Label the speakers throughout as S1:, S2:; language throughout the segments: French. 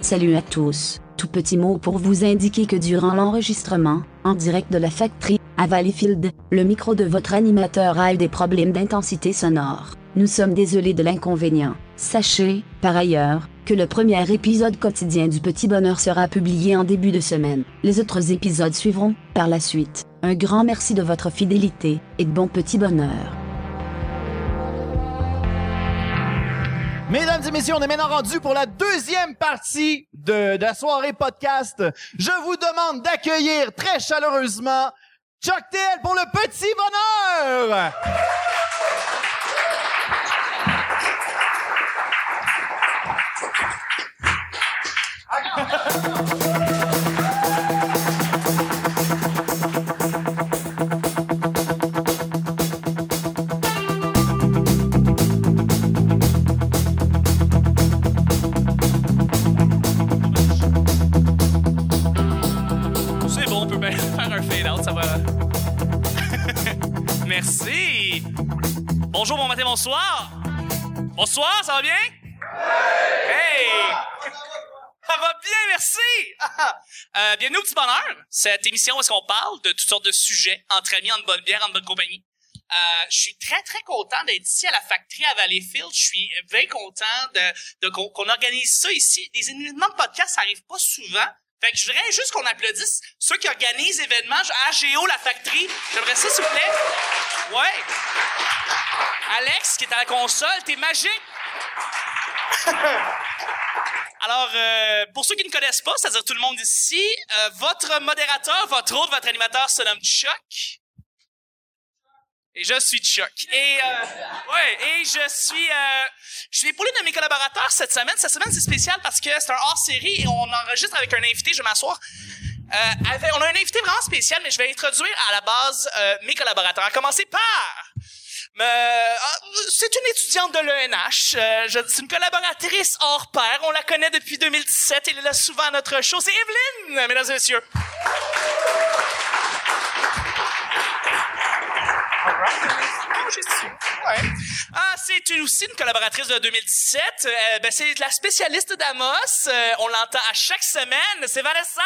S1: Salut à tous. Tout petit mot pour vous indiquer que durant l'enregistrement, en direct de la factory, à Valleyfield, le micro de votre animateur a eu des problèmes d'intensité sonore. Nous sommes désolés de l'inconvénient. Sachez, par ailleurs, que le premier épisode quotidien du Petit Bonheur sera publié en début de semaine. Les autres épisodes suivront, par la suite. Un grand merci de votre fidélité, et de bon petit bonheur.
S2: Mesdames et messieurs, on est maintenant rendu pour la deuxième partie de, de la soirée podcast. Je vous demande d'accueillir très chaleureusement Chuck Till pour le petit bonheur.
S3: C'est bon, on peut bien faire un fade-out, ça va. Merci! Bonjour, bon matin, bonsoir! Bonsoir, ça va bien? Hey! Ça va bien, merci! Euh, bienvenue au Petit Bonheur, cette émission où est-ce qu'on parle de toutes sortes de sujets, entre amis, en bonne bière, en bonne compagnie. Euh, je suis très, très content d'être ici à la factory à Valleyfield. Je suis bien content de, de qu'on, qu'on organise ça ici. Des événements de podcast, ça arrive pas souvent. Fait que je voudrais juste qu'on applaudisse ceux qui organisent événements. AGO, la factory. J'aimerais ça, s'il vous plaît. Ouais. Alex, qui est à la console, t'es magique. Alors, euh, pour ceux qui ne connaissent pas, c'est-à-dire tout le monde ici, euh, votre modérateur, votre hôte, votre animateur se nomme Chuck. Et je suis Chuck. Et euh, ouais, et je suis, euh, je suis épaulé de mes collaborateurs cette semaine. Cette semaine, c'est spécial parce que c'est un hors-série et on enregistre avec un invité. Je vais m'asseoir. Euh, avec- on a un invité vraiment spécial, mais je vais introduire à la base euh, mes collaborateurs. À commencer par mais, euh, ah, c'est une étudiante de l'ENH. euh, je- c'est une collaboratrice hors pair. On la connaît depuis 2017. Elle est là souvent à notre show. C'est Evelyne, mesdames et messieurs. Ah, j'ai su. Ouais. Ah, c'est une- aussi une collaboratrice de 2017. Euh, ben, c'est de la spécialiste d'Amos. Euh, on l'entend à chaque semaine. C'est Vanessa.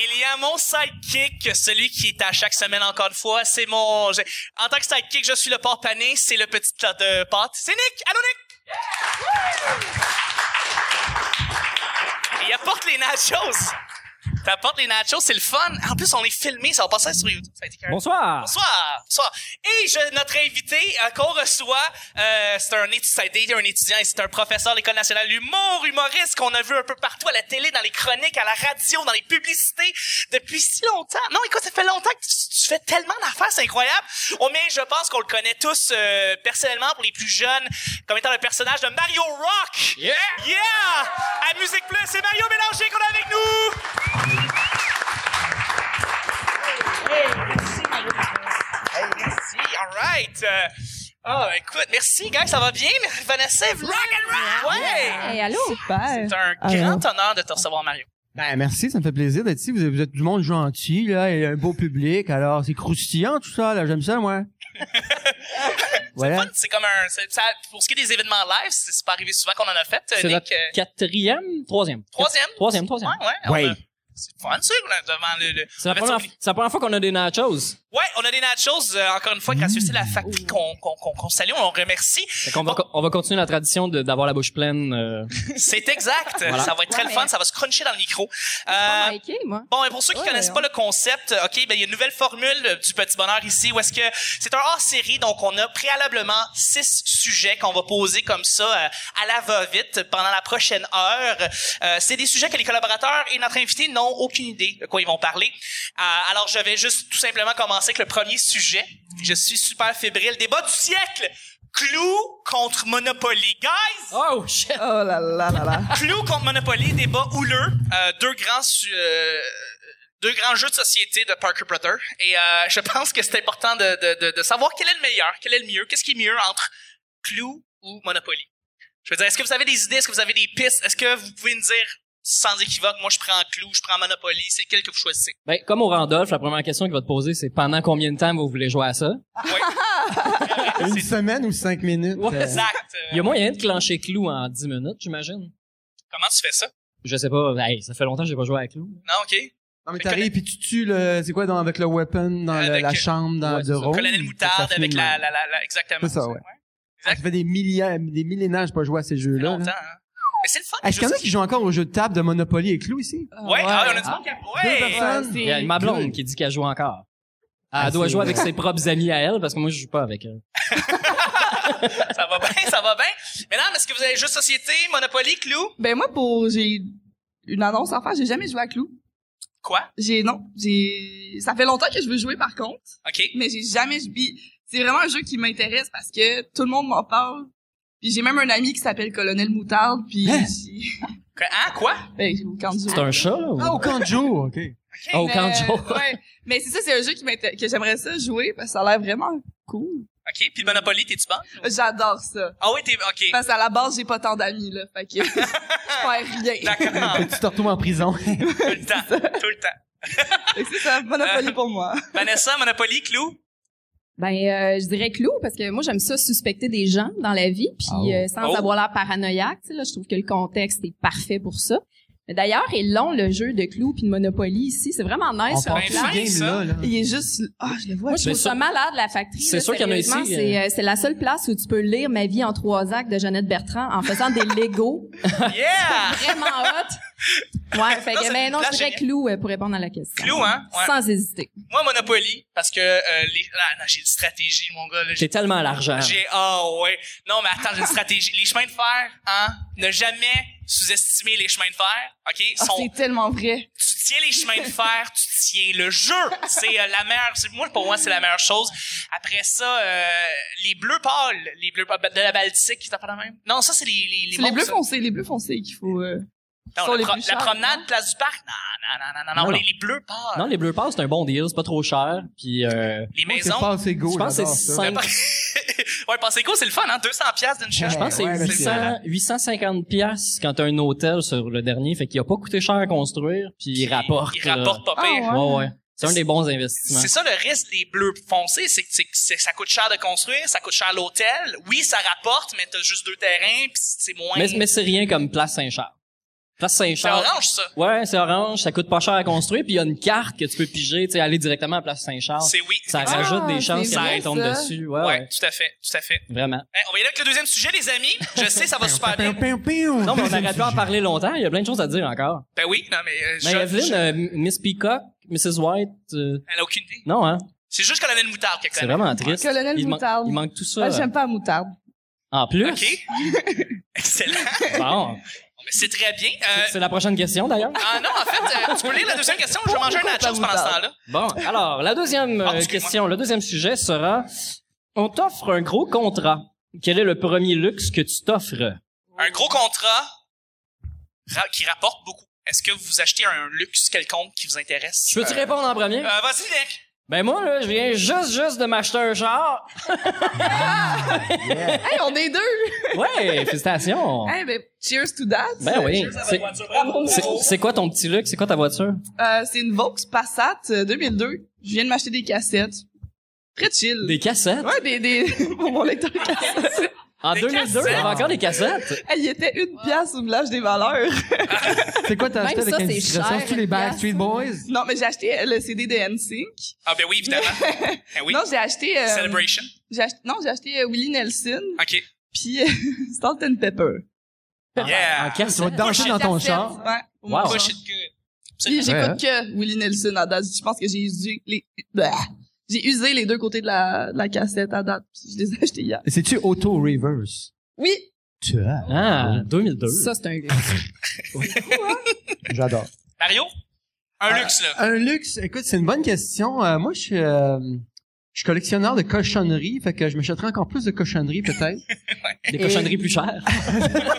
S3: Il y a mon sidekick, celui qui est à chaque semaine encore une fois. C'est mon... j'ai- En tant que sidekick, je suis le porc pané. C'est le petit tas de pâtes. C'est Nick. Allô, Nick? Il apporte les nachos. T'apportes les nachos, c'est le fun. En plus, on est filmé, ça va passer sur YouTube. Ça va être écœurant.
S4: Bonsoir.
S2: Bonsoir. Bonsoir. Et je- notre invité euh, qu'on reçoit, euh, c'est un, étu- ça a été un étudiant et c'est un professeur de l'École nationale de l'humour, humoriste qu'on a vu un peu partout à la télé, dans les chroniques, à la radio, dans les publicités, depuis si longtemps. Non, écoute, ça fait longtemps que tu, tu fais tellement d'affaires, c'est incroyable. Oh, mais je pense qu'on le connaît tous euh, personnellement pour les plus jeunes, comme étant le personnage de Mario Rock.
S4: Yeah.
S2: Yeah! À Musique Plus, c'est Mario Mélanger qu'on a avec nous! Merci, all right. Euh, Ah, écoute, merci, gars, ça va bien? Merci, Vanessa, rock and roll! Ouais!
S5: Hey, allô?
S2: C'est un
S5: Ah,
S2: grand honneur de te recevoir, Mario.
S4: Ben merci, ça me fait plaisir d'être ici. Vous êtes, vous êtes du monde gentil là, et un beau public. Alors c'est croustillant tout ça là. J'aime ça moi.
S2: Fun,
S4: voilà.
S2: C'est comme un. c'est- ça- pour ce qui est des événements live, c'est c'est pas arrivé souvent qu'on en a fait. euh,
S6: C'est
S2: Nick,
S6: notre
S2: euh,
S6: quatrième, troisième.
S2: troisième?
S6: Troisième, troisième.
S2: Ouais, ouais. on
S4: Ouais.
S2: a- C'est fun, sûr, là, devant le. le-
S6: C'est la,
S2: on avait
S6: première-
S2: dit-
S6: c'est la première fois qu'on a des nachos.
S2: Ouais, on a des nachos, euh, encore une fois, grâce à la factory qu'on qu'on- qu'on- qu'on salue, on remercie.
S6: Fait qu'on va, co- on va continuer la tradition de- d'avoir la bouche pleine. euh.
S2: C'est exact.
S6: Voilà.
S2: Ça va être très
S5: Ouais,
S2: le fun,
S5: mais-
S2: ça va se cruncher dans le micro. Euh,
S5: Pas Mikey, moi.
S2: Bon, et pour ceux qui
S5: Ouais,
S2: connaissent pas le concept, euh, OK, ben il y a une nouvelle formule euh, du petit bonheur ici où est-ce que c'est un hors-série donc on a préalablement six sujets qu'on va poser comme ça euh, à la va-vite pendant la prochaine heure. Euh, c'est des sujets que les collaborateurs et notre invité n'ont aucune idée de quoi ils vont parler. Euh, alors je vais juste tout simplement commencer avec le premier sujet. Je suis super fébrile débat du siècle. Clou contre Monopoly, guys.
S6: Oh, shit!
S5: Oh là là là là.
S2: Clou contre Monopoly, débat houleux. Euh, deux grands su- euh, deux grands jeux de société de Parker Brothers. Et euh, je pense que c'est important de, de, de, de savoir quel est le meilleur, quel est le mieux, qu'est-ce qui est mieux entre Clou ou Monopoly. Je veux dire, est-ce que vous avez des idées, est-ce que vous avez des pistes, est-ce que vous pouvez me dire sans équivoque, moi je prends Clou, je prends Monopoly, c'est quel que vous choisissez?
S6: Ben, comme au Randolph, la première question qu'il va te poser, c'est pendant combien de temps vous voulez jouer à ça?
S2: Oui.
S4: Une semaine ou cinq minutes.
S6: Ouais.
S4: euh,
S3: Exact. Euh,
S6: Il y a moyen de clencher Clou en 10 minutes, j'imagine.
S3: Comment tu fais ça?
S6: Je sais pas, hey, ça fait longtemps que j'ai pas joué à Clou.
S3: Non, OK.
S4: Non, mais t'arrives puis tu tues le, c'est quoi, dans, avec le weapon dans
S3: Avec,
S4: le- la
S3: euh,
S4: chambre, dans
S6: ouais, c'est
S4: le
S6: ça,
S4: rôle.
S3: Colonel Moutarde avec la, la, la, la- exactement.
S4: C'est ça, ouais.
S3: Exact.
S4: Ah, Ça fait des milliers, des millénaires, j'ai pas joué à ces
S3: Ça fait
S4: jeux-là.
S3: longtemps,
S4: là.
S3: hein. Mais c'est le fun.
S4: Est-ce qu'il y en a
S3: juste-
S4: qui jouent encore au jeu de table de Monopoly et Clou ici?
S3: Ouais, ah, on a du
S6: Ah.
S3: monde qui a...
S4: Deux
S3: Ouais.
S4: personnes?
S6: Il y a ma blonde qui dit qu'elle joue encore. Elle
S4: Ah,
S6: doit
S4: c'est
S6: jouer avec
S4: vrai.
S6: ses propres amis à elle parce que moi je joue pas avec elle.
S3: ça va bien, ça va bien. Mais non, est-ce que vous avez juste Société, Monopoly, Clou?
S5: Ben moi pour j'ai une annonce à faire, j'ai jamais joué à Clou.
S3: Quoi?
S5: J'ai non, j'ai ça fait longtemps que je veux jouer par contre,
S3: OK.
S5: mais j'ai jamais joué. C'est vraiment un jeu qui m'intéresse parce que tout le monde m'en parle. Puis j'ai même un ami qui s'appelle Colonel Moutarde puis
S4: Hein?
S5: j'ai-
S3: Qu- Hein, quoi?
S5: ben j'ai aucun jeu.
S6: C'est un chat, là? ou-
S4: Ah, au camp de jour, ok.
S6: Ah, au
S5: Mais- euh,
S6: camp de jour.
S5: ouais. Mais c'est ça, c'est un jeu qui m'inté- que j'aimerais ça jouer parce que ça a l'air vraiment cool.
S3: OK, puis le Monopoly, t'es-tu bon?
S5: J'adore ça.
S3: Ah oui, t'es... OK.
S5: Parce qu'à la base, j'ai pas tant d'amis, là. Fait que je perds rien.
S3: D'accord.
S4: tu te retrouves en prison.
S3: tout le temps, tout le temps.
S5: Fait que C'est ça, Monopoly pour moi.
S3: Vanessa, Monopoly, Clou?
S7: Ben, euh, je dirais clou parce que moi j'aime ça suspecter des gens dans la vie, puis
S4: Oh.
S7: euh, sans
S3: Oh.
S7: avoir l'air paranoïaque. tu sais, Là, je trouve que le contexte est parfait pour ça. Mais D'ailleurs, est long le jeu de clou puis de Monopoly ici. C'est vraiment nice.
S4: On
S7: sur
S4: part
S3: fait
S7: place.
S3: un
S4: ce
S3: ça.
S4: game-là, là.
S5: Il est juste... Ah, je le vois.
S7: Moi, je
S6: Mais
S7: trouve ça
S6: sur-
S7: malade, la factory.
S6: C'est
S7: là,
S6: sûr qu'il y en a
S7: sérieusement.
S6: ici,
S7: C'est,
S6: euh,
S7: euh, c'est la seule place où tu peux lire ma vie en trois actes de Jeannette Bertrand en faisant des Legos.
S3: Yeah!
S7: Vraiment hot. Ouais, fait
S3: Ah. Non,
S7: que,
S3: c'est
S7: ben non,
S3: une
S7: je dirais
S3: place
S7: clou euh, pour répondre à la question.
S3: Clou, hein? Ouais.
S7: Sans hésiter.
S3: Moi, Monopoly, parce que euh, les... Ah, non, j'ai une stratégie, mon gars. là. J'ai-
S6: J'ai tellement à l'argent.
S3: J'ai... Ah, ouais. Non, mais attends, j'ai une stratégie. Les chemins de fer, hein? Ne jamais sous-estimer les chemins de fer, OK?
S5: Ah,
S3: Sont-
S5: c'est tellement vrai.
S3: tu tiens les chemins de fer, tu tiens le jeu. C'est euh, la meilleure. c'est- Moi, pour moi, c'est la meilleure chose. Après ça, euh, les bleus pâles, les bleus pâles de la Baltique, t'as pas la même. Non, ça c'est les les
S5: C'est les
S3: monstres,
S5: bleus
S3: ça.
S5: foncés, les bleus foncés qu'il faut... euh,
S3: Non,
S5: sont
S3: la,
S5: les
S3: pro-
S5: plus
S3: la
S5: chers,
S3: promenade,
S5: non?
S3: place du parc. Non, non, non, non, non, non,
S6: Non,
S3: Les, les bleus pâles,
S6: Non, les Bleu Pass, c'est un bon deal, c'est pas trop cher. Puis euh,
S3: les
S4: Moi, c'est
S3: maisons.
S4: pas assez go,
S6: je pense que
S4: j'adore
S6: c'est
S4: ça.
S6: cinq-
S3: ouais, pensez quoi, c'est le fun, hein, 200 pièces d'une chaise.
S6: Je pense que
S4: Ouais,
S6: c'est
S4: mais
S6: 800
S4: c'est
S6: 850 pièces quand t'as un hôtel sur le dernier, fait qu'il a pas coûté cher à construire, puis il rapporte. euh,
S3: Il rapporte pas
S5: Ah,
S3: pire.
S5: ouais.
S6: Ouais, ouais. C'est un des bons investissements.
S3: C'est ça le risque des bleus foncés, c'est que c'est que c'est- ça coûte cher de construire, ça coûte cher l'hôtel. Oui, ça rapporte, mais t'as juste deux terrains, puis c'est moins.
S6: Mais, mais c'est rien comme Place Saint-Charles. Place
S3: c'est
S6: Saint-Charles.
S3: orange ça.
S6: Ouais, c'est orange, ça coûte pas cher à construire, puis il y a une carte que tu peux piger, tu sais, aller directement à Place Saint-Charles.
S3: C'est oui.
S6: Ça
S3: effectivement.
S6: rajoute des chances
S5: Ah, c'est
S6: que
S5: vrai,
S6: rien tombe
S5: ça.
S6: dessus. Ouais,
S3: Ouais,
S6: ouais.
S3: tout à fait, tout à fait.
S6: Vraiment.
S3: Hein, on va y aller avec le deuxième sujet, les amis. Je sais, ça va super bien.
S6: Non,
S4: Non,
S6: mais on aurait pu en parler longtemps, il y a plein de choses à dire encore.
S3: Ben oui, non, mais, euh,
S6: Mais
S3: je-
S6: Evelyn,
S3: je-
S6: euh, Miss Peacock, Mrs. White, euh,
S3: elle a aucune idée.
S6: non, hein?
S3: C'est juste qu'on avait une moutarde quelque
S6: C'est vraiment triste.
S5: Colonel
S6: il, manque-
S5: Moutarde.
S6: il manque tout ça. euh,
S5: Ah, J'aime pas la moutarde.
S6: En plus,
S3: OK. Excellent.
S6: bon,
S3: Mais C'est très bien. Euh,
S6: c'est la prochaine question d'ailleurs.
S3: ah non, en fait, euh, tu peux lire la deuxième question. Je vais manger un nachos pendant ce temps-là.
S6: Bon, alors la deuxième
S3: Ah,
S6: euh,
S3: excuse-moi.
S6: question, le deuxième sujet sera on t'offre un gros contrat. Quel est le premier luxe que tu t'offres
S3: Un gros contrat ra- qui rapporte beaucoup. Est-ce que vous achetez un luxe quelconque qui vous intéresse?
S6: Je peux-tu
S3: Euh,
S6: répondre en premier
S3: euh, Vas-y, Nick.
S6: Ben moi là, je viens juste juste de m'acheter un char.
S5: Hey, on est deux!
S6: Ouais, félicitations.
S5: Hey, ben, cheers to that!
S6: Ben oui. C'est-
S3: Ah, ben
S6: C'est c'est quoi ton petit luxe C'est quoi ta voiture
S5: Euh, c'est une Vaux Passat euh, 2002. Je viens de m'acheter des cassettes. Très chill.
S6: Des cassettes.
S5: Ouais, des, des, pour mon lecteur cassette.
S6: En
S3: Des
S6: 2002, il y
S3: cassettes?
S6: avait encore des cassettes.
S5: Hey, il était une pièce au village des valeurs.
S4: C'est quoi t'as acheté avec
S7: Même ça, c'est
S4: indiscrétion?
S7: cher,
S4: C'est-tu les
S7: une
S4: Backstreet Boys?
S5: Non, mais j'ai acheté euh, le CD de NSYNC.
S3: Ah ben oui, évidemment. Ben oui.
S5: Non, j'ai acheté, euh,
S3: Celebration.
S5: j'ai acheté, non, j'ai acheté euh, Willie Nelson,
S3: OK.
S5: puis euh, Salt and Pepper.
S3: Yeah.
S6: Ah, En
S4: Tu vas
S6: cassette.
S4: te danser dans ton
S5: Cassette,
S4: char.
S5: Ah, Ouais. pour
S6: Wow.
S5: mon
S3: Push
S5: char.
S3: it good.
S5: Puis j'écoute
S4: Ouais, hein?
S5: que Willie Nelson à date. Je pense que j'ai usé les, Bah. j'ai usé les deux côtés de la, de la cassette à date. Puis je les ai achetés hier.
S4: C'est-tu auto-reverse?
S5: Oui,
S4: Tu as. Oh.
S6: Ah, 2002.
S7: Ça, c'est un luxe.
S4: J'adore.
S3: Mario? Un
S4: Euh,
S3: luxe, là.
S4: Un luxe, écoute, c'est une bonne question. Euh, moi, je suis, euh, je suis collectionneur de cochonneries, fait que je m'achèterais encore plus de cochonneries, peut-être.
S6: Des cochonneries plus chères.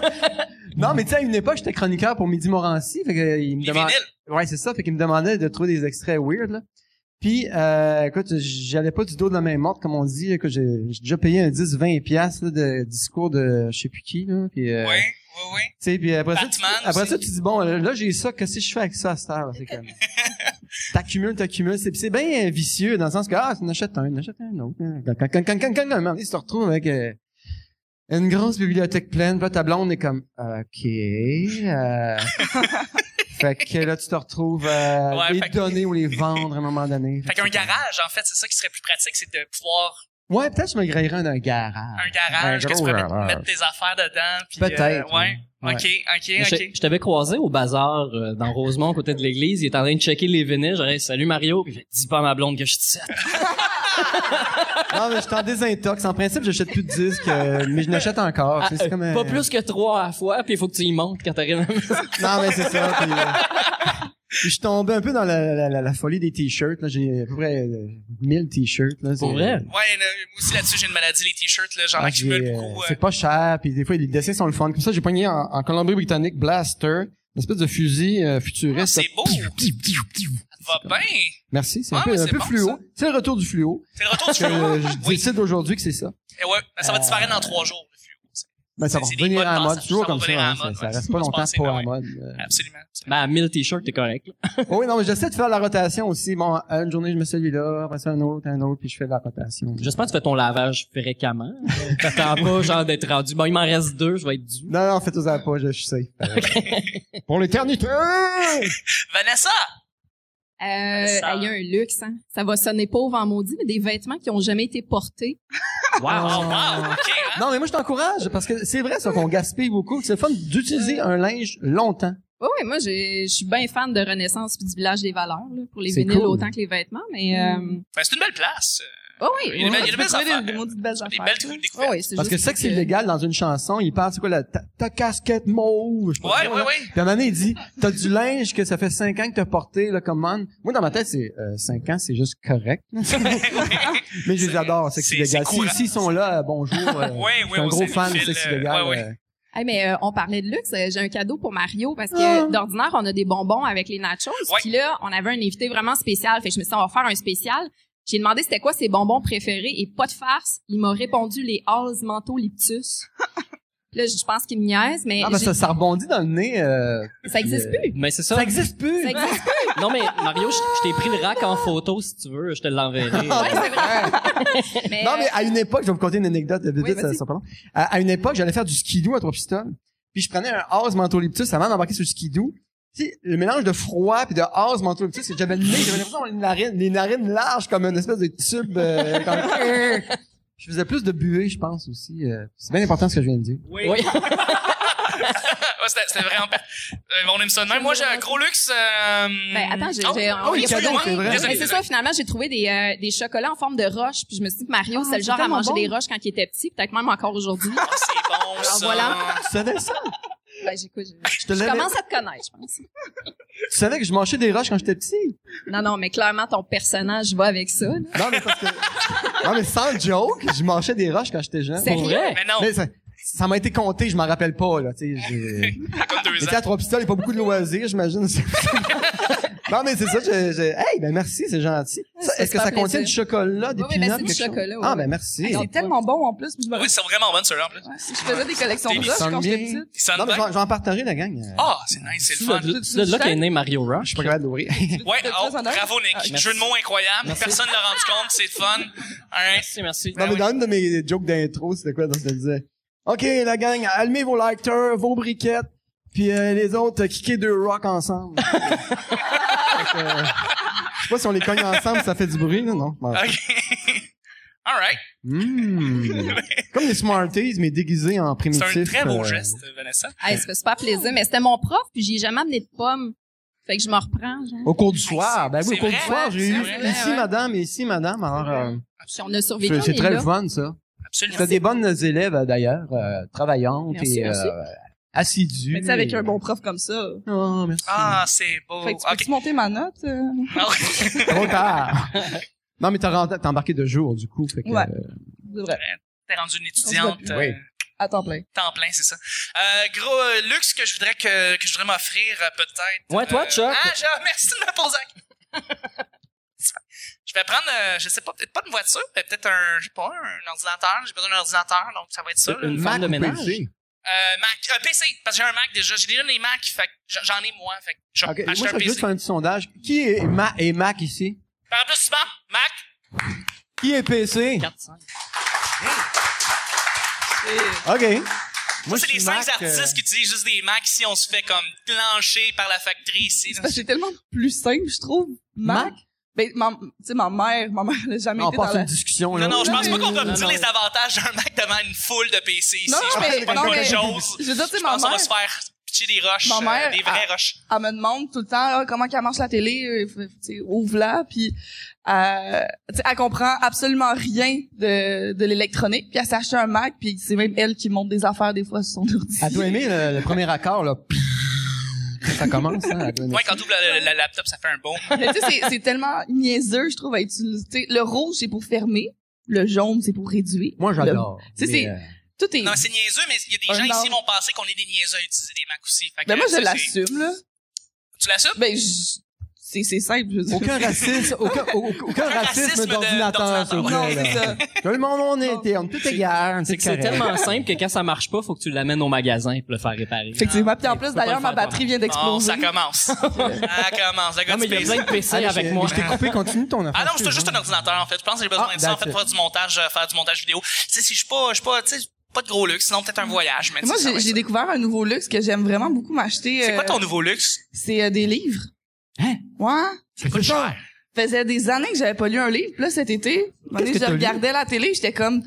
S4: non, mais tu sais, à une époque, j'étais chroniqueur pour Midi Morancy, fait que euh, il me
S3: Les
S4: demandait...
S3: vinyles.
S4: Ouais, c'est ça. Fait qu'il me demandait de trouver des extraits weird, là. Puis, euh, écoute, j'allais pas du dos de la main morte, comme on dit. Écoute, j'ai j'ai déjà payé un 10, 20 piastres, là, de discours de je sais plus qui, là. Puis, euh,
S3: Ouais, ouais, ouais.
S4: tu sais, puis après, ça,
S3: Batman
S4: tu, après
S3: aussi.
S4: ça, tu dis, bon, là, j'ai ça, qu'est-ce que je fais avec ça à cette heure? là? C'est comme... T'accumules, t'accumules. C'est, c'est bien euh, vicieux dans le sens que, ah, tu en achètes un, tu en achètes un autre. hein. Quand, quand, quand, quand, quand, quand, tu te retrouves avec euh, une grosse bibliothèque pleine. Puis là, ta blonde est comme, OK. euh. fait que là, tu te retrouves euh,
S3: Ouais,
S4: les
S3: fait que-
S4: donner ou les vendre à un moment donné.
S3: Fait qu'un
S4: que c'est-
S3: garage, en fait, c'est ça qui serait plus pratique, c'est de pouvoir
S4: Ouais, peut-être que je me grillerais d'un garage.
S3: un garage
S4: Un
S3: que tu pourrais
S4: gros
S3: mettre, mettre tes affaires dedans. puis,
S4: Peut-être,
S3: euh, ouais.
S4: ouais.
S3: Ok, ok,
S6: Je,
S3: ok.
S6: je t'avais croisé au bazar euh, dans Rosemont, côté de l'église. Il était en train de checker les vinyles. J'aurais dit, salut Mario. Puis j'ai dit, dis pas à ma blonde que je suis ici.
S4: Non, mais je t'en désintox. En principe, j'achète plus de disques, euh, mais je n'achète encore. Tu sais, c'est comme, euh,
S6: Ah, Pas plus que trois à la fois, puis il faut que tu y montes quand t'arrives.
S4: Non, mais c'est ça. Puis, euh, puis je suis tombé un peu dans la, la, la, la folie des t-shirts. là. J'ai à peu près euh, 1000 t-shirts. là.
S6: Pour
S4: C'est-
S6: vrai?
S3: Ouais, là, moi aussi là-dessus, j'ai une maladie, les t-shirts, là, j'en
S4: Ah,
S3: accumule
S4: j'ai, euh,
S3: beaucoup. euh.
S4: C'est pas cher, puis des fois, les dessins sont le fun. Comme ça, j'ai pogné en, en Colombie-Britannique Blaster, une espèce de fusil euh,
S3: Ah,
S4: futuriste.
S3: c'est beau. Va bien.
S4: Merci, c'est
S3: Ah,
S4: un peu,
S3: mais
S4: un
S3: c'est
S4: peu
S3: bon, ça.
S4: fluo. C'est le retour du fluo.
S3: C'est le retour du
S4: que, euh,
S3: fluo.
S4: je
S3: Oui.
S4: décide aujourd'hui que c'est ça.
S3: Eh ouais, ben, ça va
S4: Euh,
S3: disparaître dans trois jours, le fluo.
S4: Mais ça va
S3: C'est des
S4: revenir
S3: modes
S4: à la mode,
S3: passage,
S4: toujours
S3: ça va
S4: comme ça.
S3: revenir à la
S4: hein. Ça
S3: mode,
S4: ça
S3: ouais.
S4: reste pas
S3: Je
S4: longtemps
S3: pensais,
S4: pour
S3: ouais.
S4: la mode. euh.
S3: Absolument.
S6: Ben, à 1000 t-shirts, t'es correct. là.
S4: Oh oui, non, mais j'essaie de faire la rotation aussi. Bon, une journée, je mets celui-là, après ça, un autre, un autre, puis je fais de la rotation.
S6: J'espère que tu fais ton lavage fréquemment. Euh, T'attends pas, genre, d'être rendu. Bon, il m'en reste deux, je vais être dû.
S4: Non, non, faites-vous pas, je suis safe. Euh, Pour l'éternité!
S3: Oh, Vanessa!
S7: Euh,
S3: ça-
S7: il y a un luxe, hein. Ça va sonner pauvre en maudit, mais des vêtements qui ont jamais été portés.
S3: Oh,
S6: Ah,
S3: wow, ok. hein.
S4: Non, mais moi, je t'encourage, parce que c'est vrai, ça, qu'on gaspille beaucoup. C'est le fun d'utiliser un linge longtemps.
S7: Oui, oui, moi, j'ai- je suis bien fan de Renaissance puis du village des valeurs, là, pour les
S4: C'est
S7: vinyles
S4: cool.
S7: autant que les vêtements, mais,
S5: Mm.
S7: euh,
S3: Ben, c'est une belle place.
S7: oh oui.
S3: Il y a des belles- il y a des belles affaires.
S5: Des maudites belles
S3: Des
S5: affaires.
S3: belles
S5: là.
S7: Oh
S3: découvertes.
S7: oui, c'est
S4: Parce que
S7: juste
S4: c'est ça que c'est illégal dans une chanson. Il parle, c'est quoi, la, ta, ta casquette mauve. je sais pas
S3: Ouais,
S4: quoi,
S3: ouais,
S4: là.
S3: ouais.
S4: Puis à un moment donné, il dit, t'as du linge que ça fait cinq ans que t'as porté, là, comme man. Moi, dans ma tête, c'est, euh, cinq ans, c'est juste correct. Mais je les
S3: C'est-
S4: adore, c'est que c'est
S3: c'est-
S4: illégal.
S3: c'est
S4: Si,
S3: courant.
S4: s'ils sont là, euh, bonjour. euh,
S3: Ouais,
S4: je
S3: ouais,
S4: suis un
S3: on
S4: gros
S3: s'est
S4: fan de
S3: fait le-
S4: sexe illégal.
S3: ouais, ouais.
S4: euh,
S7: Hey, mais euh, on parlait de luxe. Euh, J'ai un cadeau pour Mario parce
S4: Ah.
S7: que d'ordinaire, on a des bonbons avec les nachos.
S3: Ouais.
S7: Puis là, on avait un invité vraiment spécial. Fait que je me suis dit, on va faire un spécial. J'ai demandé c'était quoi ses bonbons préférés et pas de farce. Il m'a répondu les Halls Mentoliptus. là, je je pense qu'il me niaise, mais
S4: Non, parce
S7: j'ai-
S4: que Ah, ça, ça rebondit dans le nez. euh,
S7: ça existe plus.
S6: Mais c'est ça.
S4: ça existe plus!
S7: Ça existe plus.
S6: Non, mais Mario, je, je t'ai pris le rack en photo, si tu veux. Je te l'enverrai.
S4: Ah,
S7: Ouais, c'est vrai. Mais, euh,
S4: Non, mais à une époque, je vais vous conter une anecdote euh, de
S7: Oui,
S4: ça, ça
S7: vas-y.
S4: sera pas long. À, à une époque, j'allais faire du skidoo à trois pistoles. Puis je prenais un Haas mentoliptus avant d'embarquer sur le skidoo. Tu sais, le mélange de froid puis de Haas mentoliptus, c'est que j'avais le nez, j'avais l'impression d'avoir les narines, les narines larges comme une espèce de tube. euh, comme- Je faisais plus de buée, je pense aussi. euh. C'est bien important ce que je viens de dire.
S6: Oui.
S3: Ouais, c'était- c'était vraiment. pa- Euh, on aime ça de même. Moi, j'ai un gros luxe. Euh...
S7: Ben, attends, j'ai-
S4: Ah
S3: oh,
S7: j'ai-
S3: oh,
S7: on-
S3: oui,
S7: il y a
S3: excusez-moi.
S4: pas de- c'est vrai.
S3: Désolé,
S7: mais Ben, c'est
S3: désolé.
S7: ça, finalement, j'ai trouvé des, euh, des chocolats en forme de roche. Puis je me suis dit, que Mario,
S5: Ah,
S7: c'est le
S5: c'est
S7: genre à
S5: tellement
S7: manger
S5: bon.
S7: des roches quand il était petit, peut-être même encore aujourd'hui.
S3: Ah, c'est bon, ça.
S7: voilà.
S4: Tu savais ça?
S7: ben, j'écoute, je,
S4: Je te
S7: je
S4: l'avais-
S7: commence à te connaître, je pense.
S4: Tu savais que je mangeais des roches quand j'étais petit?
S7: Non, non, mais clairement, ton personnage va avec ça. là.
S4: Non, mais parce que... Non, mais sans joke, je mangeais des roches quand j'étais jeune.
S7: C'est-
S6: Pour vrai?
S3: Mais non,
S4: Mais ça, ça m'a été compté, je m'en rappelle pas, là, tu sais, j'ai-
S3: comme
S4: Mais
S3: deux
S4: tu sais,
S3: ans.
S4: à trois pistoles, il n'y a pas beaucoup de loisirs, j'imagine. non, mais c'est ça. Je, je- Hey, ben merci, c'est gentil. Ça,
S7: Ça
S4: Est-ce
S7: se
S4: que ça
S7: fait
S4: contient
S7: plaisir.
S4: du chocolat, des
S7: Oui, oui, ben,
S4: peanuts,
S7: c'est du
S4: quelque chose?
S7: chocolat, oui.
S4: Ah, ben merci.
S5: Hey,
S7: Non,
S5: C'est tellement bon en plus. puis Je, me...
S3: Oui, ils sont vraiment bonnes, ceux-là, en plus.
S5: je faisais des collections
S3: Des
S5: de roches quand j'étais
S4: bisonniers.
S5: petite.
S3: Ils sentent
S4: Non, mais je
S3: bien.
S4: vais je vais en partager, la gang. Euh,
S3: Ah, c'est nice, c'est
S6: C'est
S3: le fun.
S6: de c'est de là qu'est né Mario
S4: Je
S6: Rush.
S4: suis pas capable d'ouvrir.
S3: Ouais,
S5: Très
S3: oh,
S5: honnête.
S3: bravo, Nick.
S5: Ah,
S6: merci.
S3: Jeu de mots incroyable.
S6: Merci.
S3: Personne ne l'a rendu compte, c'est le fun. Alright.
S6: Merci, merci.
S4: non,
S3: Ben
S4: mais
S3: oui.
S4: dans une de mes jokes d'intro, c'était quoi? Donc, je te disais, OK, la gang, allumez vos lighters, vos briquettes, puis euh, les autres, euh, kickez deux rocks ensemble. Fait que, euh, Je sais pas si on les cogne ensemble, ça fait du bruit, là, non? Bon.
S3: OK. Alright.
S4: Hmm. Comme les Smarties, mais déguisés en
S3: C'est
S4: primitif.
S3: un très beau
S4: euh,
S3: geste, Vanessa.
S7: Hey, ça fait super plaisir, mais c'était mon prof, puis j'ai jamais amené de pommes. Fait que je me reprends, genre.
S4: Au cours du soir, ben
S3: c'est
S4: oui, au cours
S3: vrai,
S4: du soir, j'ai
S3: c'est
S4: eu
S3: vrai,
S4: ici
S7: ouais.
S4: madame et ici madame. Alors, euh,
S7: Puis on a survécu,
S4: c'est
S7: on
S4: c'est
S7: est
S4: très le
S7: là.
S4: fun ça.
S3: Absolument.
S4: T'as des bonnes élèves euh, d'ailleurs, euh, travaillantes
S7: Merci,
S4: et euh,
S7: merci.
S4: assidues.
S5: Mais tu sais, avec un bon prof comme ça.
S4: Oh, merci.
S3: Ah, c'est beau.
S5: Fait que tu peux-tu
S3: OK.
S5: monter ma note? euh?
S4: Trop tard. non mais t'as rendu- t'as embarqué de jour du coup. Fait que,
S5: Ouais.
S4: euh,
S5: C'est vrai.
S3: T'es rendue une étudiante.
S5: On se
S4: voit plus.
S3: euh,
S5: À temps plein.
S3: Temps plein, c'est ça. Euh, gros euh, luxe que je voudrais que, que je voudrais m'offrir euh, peut-être.
S6: Ouais, toi,
S3: Euh,
S6: Chuck.
S3: Ah, genre, merci de me poser. la- je vais prendre, euh, je sais pas, peut-être pas une voiture, mais peut-être un, je sais pas, un ordinateur. J'ai besoin d'un ordinateur, donc ça va être ça. là.
S6: Une
S4: Mac
S6: femme de
S4: ou
S6: ménage.
S4: PC?
S3: Euh, Mac, un PC, parce que j'ai un Mac déjà. J'ai déjà les Mac, fait que j'en- j'en ai moins, fait que je vais
S4: Ok, Moi,
S3: acheter
S4: je
S3: un
S4: vais juste
S3: PC.
S4: faire un petit sondage. Qui est, Ma- est Mac ici?
S3: Par applaudissement, Mac,
S4: Qui est PC?
S6: 4, 5.
S4: OK.
S2: Moi,
S3: c'est les cinq
S4: euh,
S3: artistes qui utilisent juste des Macs si on se fait comme plancher par la factory ici.
S5: C'est parce que c'est tellement plus simple, je trouve. Mac.
S4: Mac?
S5: Ben, ma, tu sais, ma mère, ma mère n'a jamais
S4: On
S5: été dans
S4: passe
S5: la...
S4: une discussion, là.
S3: Non, non, je pense pas qu'on peut me
S6: Non,
S3: dire
S6: non.
S3: les avantages d'un Mac devant une foule de PC ici.
S5: Non, non,
S3: je pense
S5: mais-
S3: que c'est pas une
S5: non,
S3: bonne
S5: mais-
S3: chose.
S5: Je veux dire, tu sais,
S3: Je
S5: ma
S3: pense qu'on va
S5: mère,
S3: se faire pitcher des roches,
S5: Ma
S3: euh,
S5: mère,
S3: des vraies roches.
S5: elle me demande tout le temps, ah, comment qu'elle marche la télé, euh, f- tu sais, ouvre-la, puis euh, tu sais, elle comprend absolument rien de, de l'électronique, puis elle s'est acheté un Mac, puis c'est même elle qui monte des affaires des fois sur son ordi.
S4: Elle doit aimer le, le premier accord, là. Ça commence, hein? elle doit aimer
S3: Ouais, quand tu ouvres le, le- le laptop, ça fait un bon.
S5: Mais tu sais, c'est- c'est tellement niaiseux, je trouve, à utiliser. Tu sais, Le rouge, c'est pour fermer. Le jaune, c'est pour réduire.
S4: Moi, j'adore.
S5: Tu sais,
S4: Mais,
S5: c'est-
S4: euh,
S5: Tout est...
S3: Non, mais c'est niaiseux, mais il y a des
S5: Un
S3: gens ici qui
S5: ordre.
S3: vont penser qu'on est des niaiseux à utiliser des Macs aussi. Fait que,
S5: Oh,
S3: euh,
S5: Ben moi,
S3: ça,
S5: je
S3: c'est-
S5: l'assume, là.
S3: Tu l'assumes?
S5: Ben, je- c'est c'est simple, je veux dire.
S4: euh, Aucun racisme, aucun, aucun, aucun
S3: racisme
S4: racisme
S3: de-
S4: d'ordinateur, s'il vous
S5: Non,
S4: plaît,
S5: c'est
S4: là.
S5: ça.
S4: Tout le monde, on est, on est tout égal.
S6: C'est que c'est
S4: correct.
S6: tellement simple que quand ça marche pas, faut que tu l'amènes au magasin pour le faire réparer.
S5: Effectivement. Puis en
S6: Tu
S5: plus,
S6: peux pas
S5: d'ailleurs,
S6: le
S5: ma
S6: faire
S5: batterie vient
S3: Oh,
S5: d'exploser.
S3: ça commence. ça commence. La
S6: Non, mais il y a plein de PC
S4: Allez,
S6: avec
S4: je-
S6: moi.
S4: Je t'ai coupé, continue ton affaire.
S3: Ah non, c'est juste un ordinateur en fait. Je pense que j'ai besoin
S4: Ah,
S3: de ça en fait
S4: that's
S3: pour faire du montage, euh, faire du montage vidéo. Tu sais, si je suis pas, je suis pas, tu sais, pas de gros luxe, sinon peut-être un voyage. Mais
S5: Moi,
S3: tu sais, ça
S5: j'ai
S3: va
S5: j'ai
S3: être
S5: découvert un nouveau luxe que j'aime vraiment beaucoup m'acheter.
S3: ça. C'est quoi
S5: euh,
S3: ton nouveau luxe
S5: C'est euh, des livres.
S4: Hein?
S5: Ouais.
S4: C'est pas cher.
S5: faisait des années que j'avais pas lu un livre. Puis là, cet été, un moment donné,
S4: Qu'est-ce que
S5: je
S4: t'as lu?
S5: regardais la télé, j'étais comme,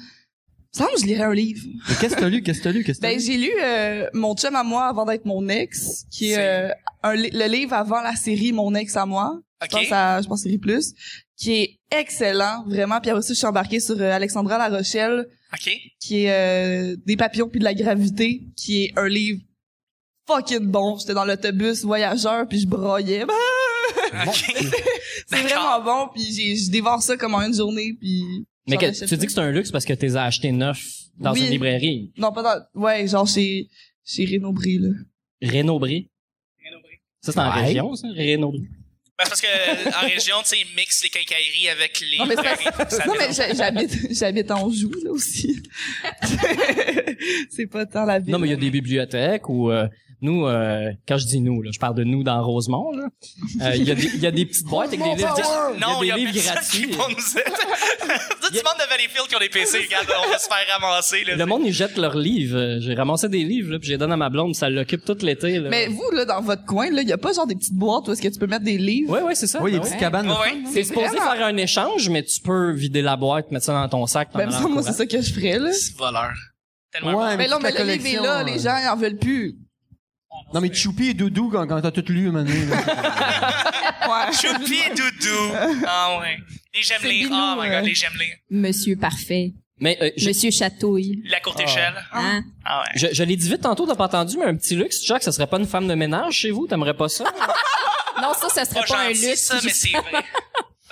S5: semble que je lirais un livre.
S4: Mais Qu'est-ce que t'as lu? Qu'est-ce que t'as lu? Qu'est-ce que t'as
S5: Ben,
S4: lu?
S5: j'ai lu euh, Mon chum à moi avant d'être mon ex, qui est
S3: C'est-
S5: euh, un li- le livre avant la série Mon ex à moi. Je
S3: Ok.
S5: pense à, je pense série plus, qui est excellent, vraiment. Puis aussi, je suis embarquée sur euh, Alexandra La Rochelle,
S3: Ok.
S5: qui est euh, des papillons puis de la gravité, qui est un livre fucking bon. J'étais dans l'autobus voyageur puis je broyais.
S3: Ok.
S5: C'est
S3: D'accord.
S5: vraiment bon, puis j'ai- je dévore ça comme en une journée, puis...
S6: Mais
S5: j'en
S6: que-
S5: achète
S6: tu dis
S5: pas.
S6: que c'est un luxe parce que t'es acheté neuf dans
S5: Oui.
S6: une librairie.
S5: Non, pas dans... Ouais, genre chez, chez Renaud Bré, là.
S6: Rénobré. Ça, c'est en
S4: Ouais.
S6: région, ça? Rénobré.
S3: Ben, c'est parce que en région, tu sais, ils mixent les quincailleries avec les.
S5: Non, mais c'est
S3: librairies. Ça
S5: non,
S3: dépend.
S5: mais j'ha- j'habite, j'habite en Joux, là, aussi. c'est pas tant la ville.
S6: Non, mais il y a des bibliothèques où euh, nous, euh, quand je dis nous, là, je parle de nous dans Rosemont. là. Euh, Il y, a des- il y a des petites boîtes avec des livres.
S4: Power!
S3: Non, il y a,
S6: des livres
S3: personne qui
S6: gratuits.
S3: va nous aider. Tout le monde de Valleyfield qui ont des PC, regarde, on va se faire ramasser. Là,
S6: Le monde, ils jettent leurs livres. Euh, J'ai ramassé des livres, là, puis je les donne à ma blonde, ça l'occupe tout l'été. Là.
S5: Mais vous, là, dans votre coin, là, il y a pas genre des petites boîtes où est-ce que tu peux mettre des livres?
S6: Ouais, ouais, c'est ça.
S4: Oui,
S6: Ben
S4: les
S6: ouais.
S4: petites cabanes.
S3: Ouais,
S4: là.
S3: ouais.
S6: C'est supposé
S5: Vraiment.
S6: faire un échange, mais tu peux vider la boîte, mettre ça dans ton sac. t'en
S5: Ben,
S6: allant
S5: ça, moi,
S6: en
S5: c'est ça que je ferais, là.
S3: C'est voleur. Tellement
S4: Ouais,
S3: bon.
S5: Mais là,
S4: toute
S5: mais
S4: la
S5: le livre est
S4: collection,
S5: là,
S4: euh,
S5: les gens, ils en veulent plus.
S4: Non, mais Choupi et Doudou, quand, quand t'as tout lu, maintenant.
S5: Ouais.
S3: Choupi et Doudou. Ah ouais. Les j'aime
S5: C'est
S3: lire.
S5: Binou,
S3: Oh my god,
S5: ouais.
S3: les j'aime lire.
S7: Monsieur Parfait.
S6: Mais euh, je,
S7: Monsieur Chatouille.
S3: La courte échelle.
S7: Hein?
S3: Ah ouais.
S6: je, je l'ai dit vite tantôt, t'as pas entendu, mais un petit luxe, Chuck, ça serait pas une femme de ménage chez vous? T'aimerais pas ça?
S7: Non, ça, ça serait
S3: pas
S7: pas, un
S3: gentil,
S7: luxe.
S3: ça, mais c'est vrai.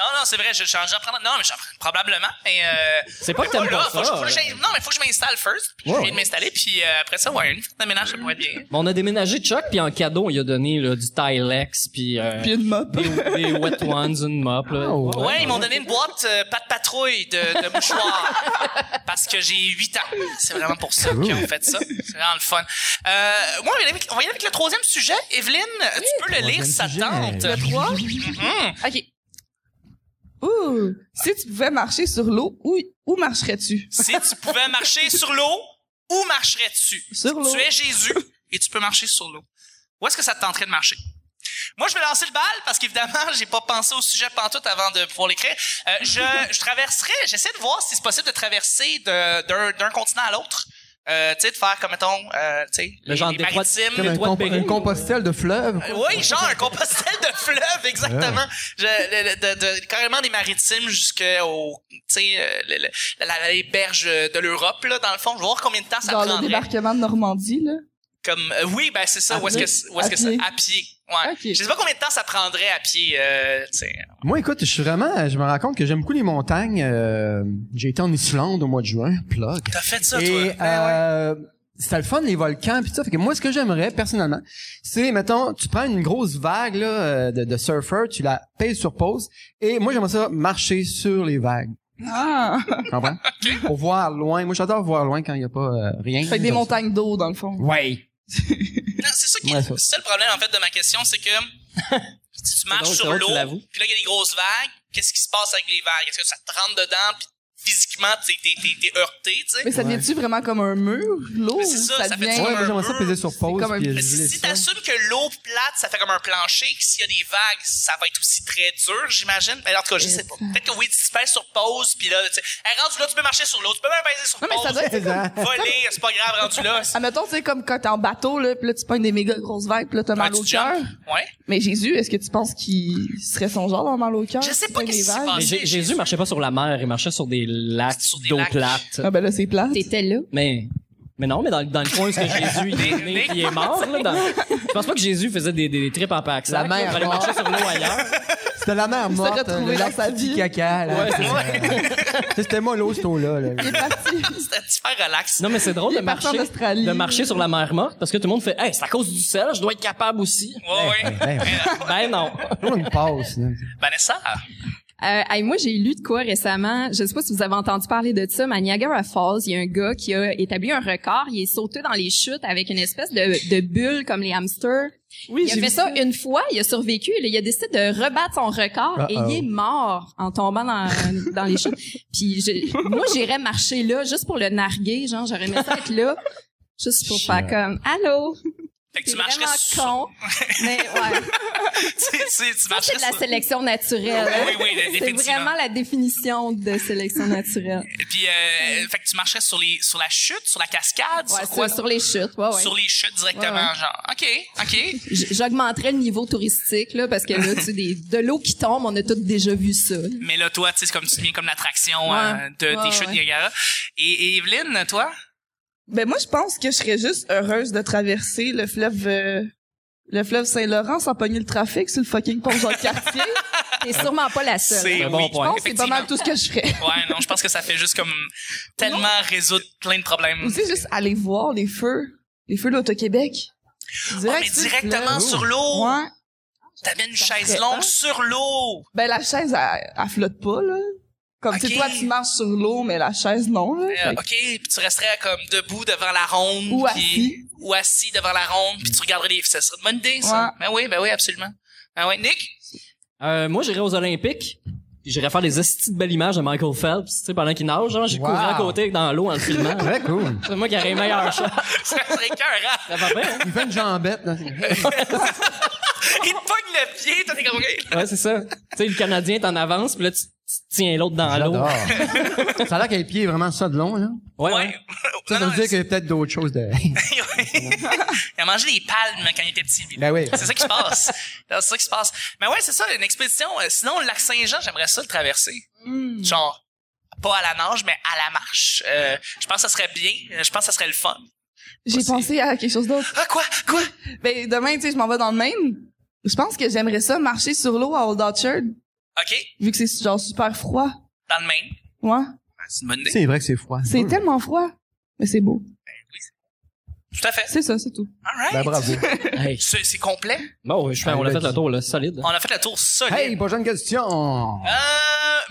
S3: Non, non, c'est vrai, je j'en j'en prends. Non, mais j'en prends probablement. Mais, euh,
S6: C'est pas
S3: mais
S6: que t'aimes
S3: là,
S6: pas
S3: faut que je- faut que
S6: ça.
S3: j'aille- non, mais faut que je m'installe first. puis Je
S6: Ouais.
S3: viens de m'installer, puis euh, après ça, ouais, une fête de ménage, ça pourrait être bien.
S6: Mais on a déménagé Chuck, puis en cadeau, on lui a donné là, du Tilex, puis euh,
S5: Puis une mop.
S6: des, des Wet Ones, une mop. Là.
S4: Oh,
S3: Ouais, ils m'ont donné une boîte euh, pas de patrouille de, de mouchoirs parce que j'ai 8 ans. C'est vraiment pour ça qu'ils ont fait ça. C'est vraiment le fun. Euh, moi, on va y aller avec- on va y aller avec le troisième sujet. Evelyne, tu peux le lire, ça te
S4: sujet.
S3: tente. Hmm.
S4: Le
S3: trois?
S5: OK. Ouh! Si tu pouvais marcher sur l'eau, où, où marcherais-tu?
S3: Si tu pouvais marcher sur l'eau, où marcherais-tu?
S5: Sur l'eau.
S3: Tu es Jésus et tu peux marcher sur l'eau. Où est-ce que ça te tenterait de marcher? Moi, je vais lancer le bal parce qu'évidemment, j'ai pas pensé au sujet pantoute avant de pouvoir l'écrire. Euh, je, je traverserai, j'essaie de voir si c'est possible de traverser de- d'un d'un continent à l'autre. Euh, tu sais, de faire comme, mettons, euh, tu sais,
S6: Le
S3: les,
S6: genre
S3: les
S6: des trois-
S3: maritimes.
S4: Comme un,
S6: Toi,
S4: com-
S6: Perry,
S4: un
S6: ou-
S4: compostel de fleuve.
S3: Euh, Oui, genre un compostel de fleuve, exactement. Je- le- le- de- de- carrément des maritimes jusqu'au, tu sais, euh, le- le- la, la- les berges de l'Europe, là, dans le fond. Je vais voir combien de temps Ah, ça
S5: Dans le
S3: prendrait.
S5: débarquement de Normandie, là?
S3: Comme, euh, oui, ben c'est ça. Où est-ce que, c'est- où est-ce que
S5: À
S3: ça?
S5: pied.
S3: À pied. Ouais.
S5: Ok.
S3: Je sais pas combien de temps ça prendrait à pied, euh, tu sais.
S4: Moi, écoute, je suis vraiment, je me rends compte que j'aime beaucoup les montagnes. Euh, j'ai été en Islande au mois de juin, plug.
S3: T'as fait ça,
S5: Ben
S3: toi?
S4: Et euh, c'était le fun les volcans puis tout ça. Fait que moi, ce que j'aimerais personnellement, c'est mettons, tu prends une grosse vague là, euh, de, de surfer, tu la pèses sur pause. Et moi, j'aimerais ça marcher sur les vagues.
S5: Ah!
S4: Tu comprends? Pour voir loin. Moi, j'adore voir loin quand il n'y a pas euh, rien.
S5: Fait que des montagnes d'eau, dans le fond.
S4: Ouais.
S3: Non, c'est ça qui est
S6: Ouais,
S3: le
S6: ça.
S3: seul problème, en fait, de ma question, c'est que si tu marches
S6: drôle, c'est
S3: sur
S6: drôle, tu
S3: l'eau,
S6: l'avoues.
S3: puis là, il y a des grosses vagues, qu'est-ce qui se passe avec les vagues? Est-ce que ça te rentre dedans, puis physiquement, t'es, t'es, t'es, t'es heurté, tu sais?
S5: Mais ça
S4: Ouais.
S5: devient-tu vraiment comme un mur, l'eau?
S3: Mais c'est ça, ça fait
S5: devient...
S4: Ouais,
S3: comme
S4: moi, j'aimerais ça
S3: un
S4: peser sur pause.
S5: comme un-
S4: puis
S3: Mais si,
S4: geler
S3: si
S4: ça.
S3: t'assumes que l'eau plate, ça fait comme un plancher, que s'il y a des vagues, ça va être aussi très dur, j'imagine. Mais en tout cas, je sais pas. Peut-être que oui, tu te pèses sur pause, puis là, tu sais, hey, rendu là, tu peux marcher sur l'eau, tu peux même peser sur
S5: Non, mais ça
S3: pause.
S5: doit être comme...
S3: Voler, c'est pas grave, rendu là. c'est-
S5: Admettons, Ah, tu sais, comme quand t'es en bateau, là, pis là, tu pognes des méga grosses vagues, pis là, t'as mal
S3: Ouais,
S5: au
S3: tu jumps.
S5: cœur.
S3: Ouais.
S5: Mais Jésus, est-ce que tu penses qu'il serait son genre d'avoir mal au cœur?
S3: Je sais pas
S5: Des
S3: qu'est-ce qui se
S5: vagues?
S3: passe.
S6: Mais Jé- Jésus marchait pas sur la mer, il marchait sur des lacs
S3: Sur des
S6: d'eau
S3: lacs.
S6: plate.
S5: Ah ben là, c'est plat.
S7: T'étais là.
S6: Mais, mais non, mais dans, dans le coin où est-ce que Jésus il est né puis il est mort, là, dans- je pense pas que Jésus faisait des, des trips en pack
S4: La mer
S6: pour aller
S4: morte.
S6: marcher sur l'eau ailleurs.
S4: C'était la mer morte. euh,
S5: retrouvé
S4: le
S5: dans
S4: lac
S5: sa vie.
S4: Titi Caca, là.
S6: Ouais, c'est ça.
S4: C'était moi l'eau, cette eau-là. là.
S3: C'était super relax.
S6: Non, mais c'est drôle
S5: Il
S6: de
S5: est parti en
S6: marcher,
S5: Australie.
S6: de marcher sur la mer morte parce que tout le monde fait Hey, c'est à cause du sel, je dois être capable aussi.
S3: Ouais, ouais.
S4: Ben, ouais.
S6: Ben non.
S4: Toujours une passe. là.
S3: Vanessa,
S7: Euh, hey, moi, j'ai lu de quoi récemment. Je sais pas si vous avez entendu parler de ça, mais à Niagara Falls, il y a un gars qui a établi un record. Il est sauté dans les chutes avec une espèce de, de bulle comme les hamsters.
S5: Oui,
S7: Il a
S5: j'ai
S7: fait
S5: vu
S7: ça une fois, il a survécu, là, il a décidé de rebattre son record et
S4: Uh-oh.
S7: il est mort en tombant dans, dans les chutes. Puis je- moi, j'irais marcher là juste pour le narguer, genre j'aurais aimé ça être là, juste pour faire comme allô.
S3: fait que
S7: t'es
S3: tu marcherais
S7: vraiment
S3: sur-
S7: con. Mais ouais,
S3: tu, sais, tu
S7: ça c'est
S3: marcherais
S7: de la
S3: sur-
S7: sélection naturelle.
S3: Ben Oui, oui,
S7: c'est
S3: définitivement.
S7: vraiment la définition de sélection naturelle.
S3: Et Puis, euh, fait que tu marcherais sur, les, sur la chute, sur la cascade,
S7: Ouais,
S3: sur
S7: sur,
S3: quoi?
S7: sur les chutes, ouais, ouais.
S3: Sur les chutes directement,
S7: Ouais, ouais.
S3: genre. OK, OK.
S7: J- J'augmenterais le niveau touristique là parce que là, tu sais, des- de l'eau qui tombe, on a tous déjà vu ça. là.
S3: Mais là, toi, tu sais, c'est comme tu deviens comme l'attraction
S7: Ouais.
S3: euh, de,
S7: Ouais,
S3: des chutes
S7: ouais.
S3: Niagara. Et, et Evelyne, toi?
S5: Ben moi, je pense que je serais juste heureuse de traverser le fleuve... euh, Le fleuve Saint-Laurent sans pogner le trafic sur le fucking pont Jean-Cartier.
S7: T'es sûrement pas la seule.
S3: C'est
S6: Un bon
S3: oui.
S5: Je
S6: point.
S5: pense que c'est pas mal tout ce que je ferais.
S3: Ouais, non, je pense que ça fait juste comme tellement résoudre plein de problèmes.
S5: Aussi, juste aller voir les feux. Les feux d'Auto-Québec.
S3: Ah,
S5: Direct
S3: mais
S5: sur le
S3: directement
S4: fleuve.
S3: sur l'eau.
S5: Ouais.
S3: T'amènes une
S5: Ça
S3: chaise
S5: serait
S3: longue
S5: hot.
S3: sur l'eau.
S5: Ben, la chaise, elle, elle flotte pas, là. Comme, tu
S3: Ok.
S5: sais, toi, tu marches sur l'eau, mais la chaise, non, là.
S3: Euh,
S5: Fait que-
S3: OK, puis tu resterais comme debout devant la ronde.
S5: Ou
S3: puis-
S5: assis.
S3: Ou assis devant la ronde, puis tu regarderais les... Ça serait une bonne idée, ça.
S5: Ouais.
S3: Ben oui, ben oui, absolument. Ben oui, Nick?
S6: Euh, moi, j'irais aux Olympiques. puis J'irais faire des hosties de belles images de Michael Phelps, tu sais, pendant qu'il nage, genre, j'ai
S4: Wow.
S6: couru à côté dans l'eau en le filmant.
S4: Très cool.
S6: C'est moi qui aurais les meilleurs shots.
S3: Ça serait écœurant.
S6: Ça va bien, hein?
S4: Il fait une jambette. Là.
S3: Il te pogne le pied, toi, t'es comme... OK.
S6: Ouais, c'est ça. hein? Tu sais, le Canadien est en avance, puis là, tu, tu tiens l'autre dans l'eau.
S4: J'adore. Ça a l'air que les pieds est vraiment ça de long. Là.
S6: Ouais,
S3: Ouais.
S6: ouais.
S4: Ça, ça
S3: Non,
S4: veut
S3: non,
S4: dire qu'il y a peut-être d'autres choses. De...
S3: Il a mangé des palmes quand il était petit. lui.
S4: ben oui.
S3: C'est ça qui se passe. c'est ça qui se passe. Mais ouais, c'est ça, une expédition. Euh, Sinon, le lac Saint-Jean, j'aimerais ça le traverser. Genre, pas à la nage, mais à la marche. Euh, je pense que ça serait bien. Euh, Je pense que ça serait le fun.
S5: J'ai pensé à quelque chose d'autre.
S3: Ah, quoi? Quoi?
S5: Ben, demain, tu sais, je m'en vais dans le Maine. Je pense que j'aimerais ça marcher sur l'eau à Old Orchard,
S3: OK,
S5: vu que c'est genre super froid.
S3: dans le Maine.
S5: Ouais.
S3: Ah, C'est une bonne idée.
S4: C'est vrai que c'est froid.
S5: C'est tellement froid. Mais c'est beau.
S3: Tout à fait.
S5: C'est ça, c'est tout.
S3: All right.
S4: Ben bravo.
S6: Hey.
S3: C'est c'est complet.
S6: Bon, je fais, on a fait le tour, là. Solide.
S4: Oh.
S3: On a fait le tour solide.
S4: Hey, prochaine question.
S3: Euh,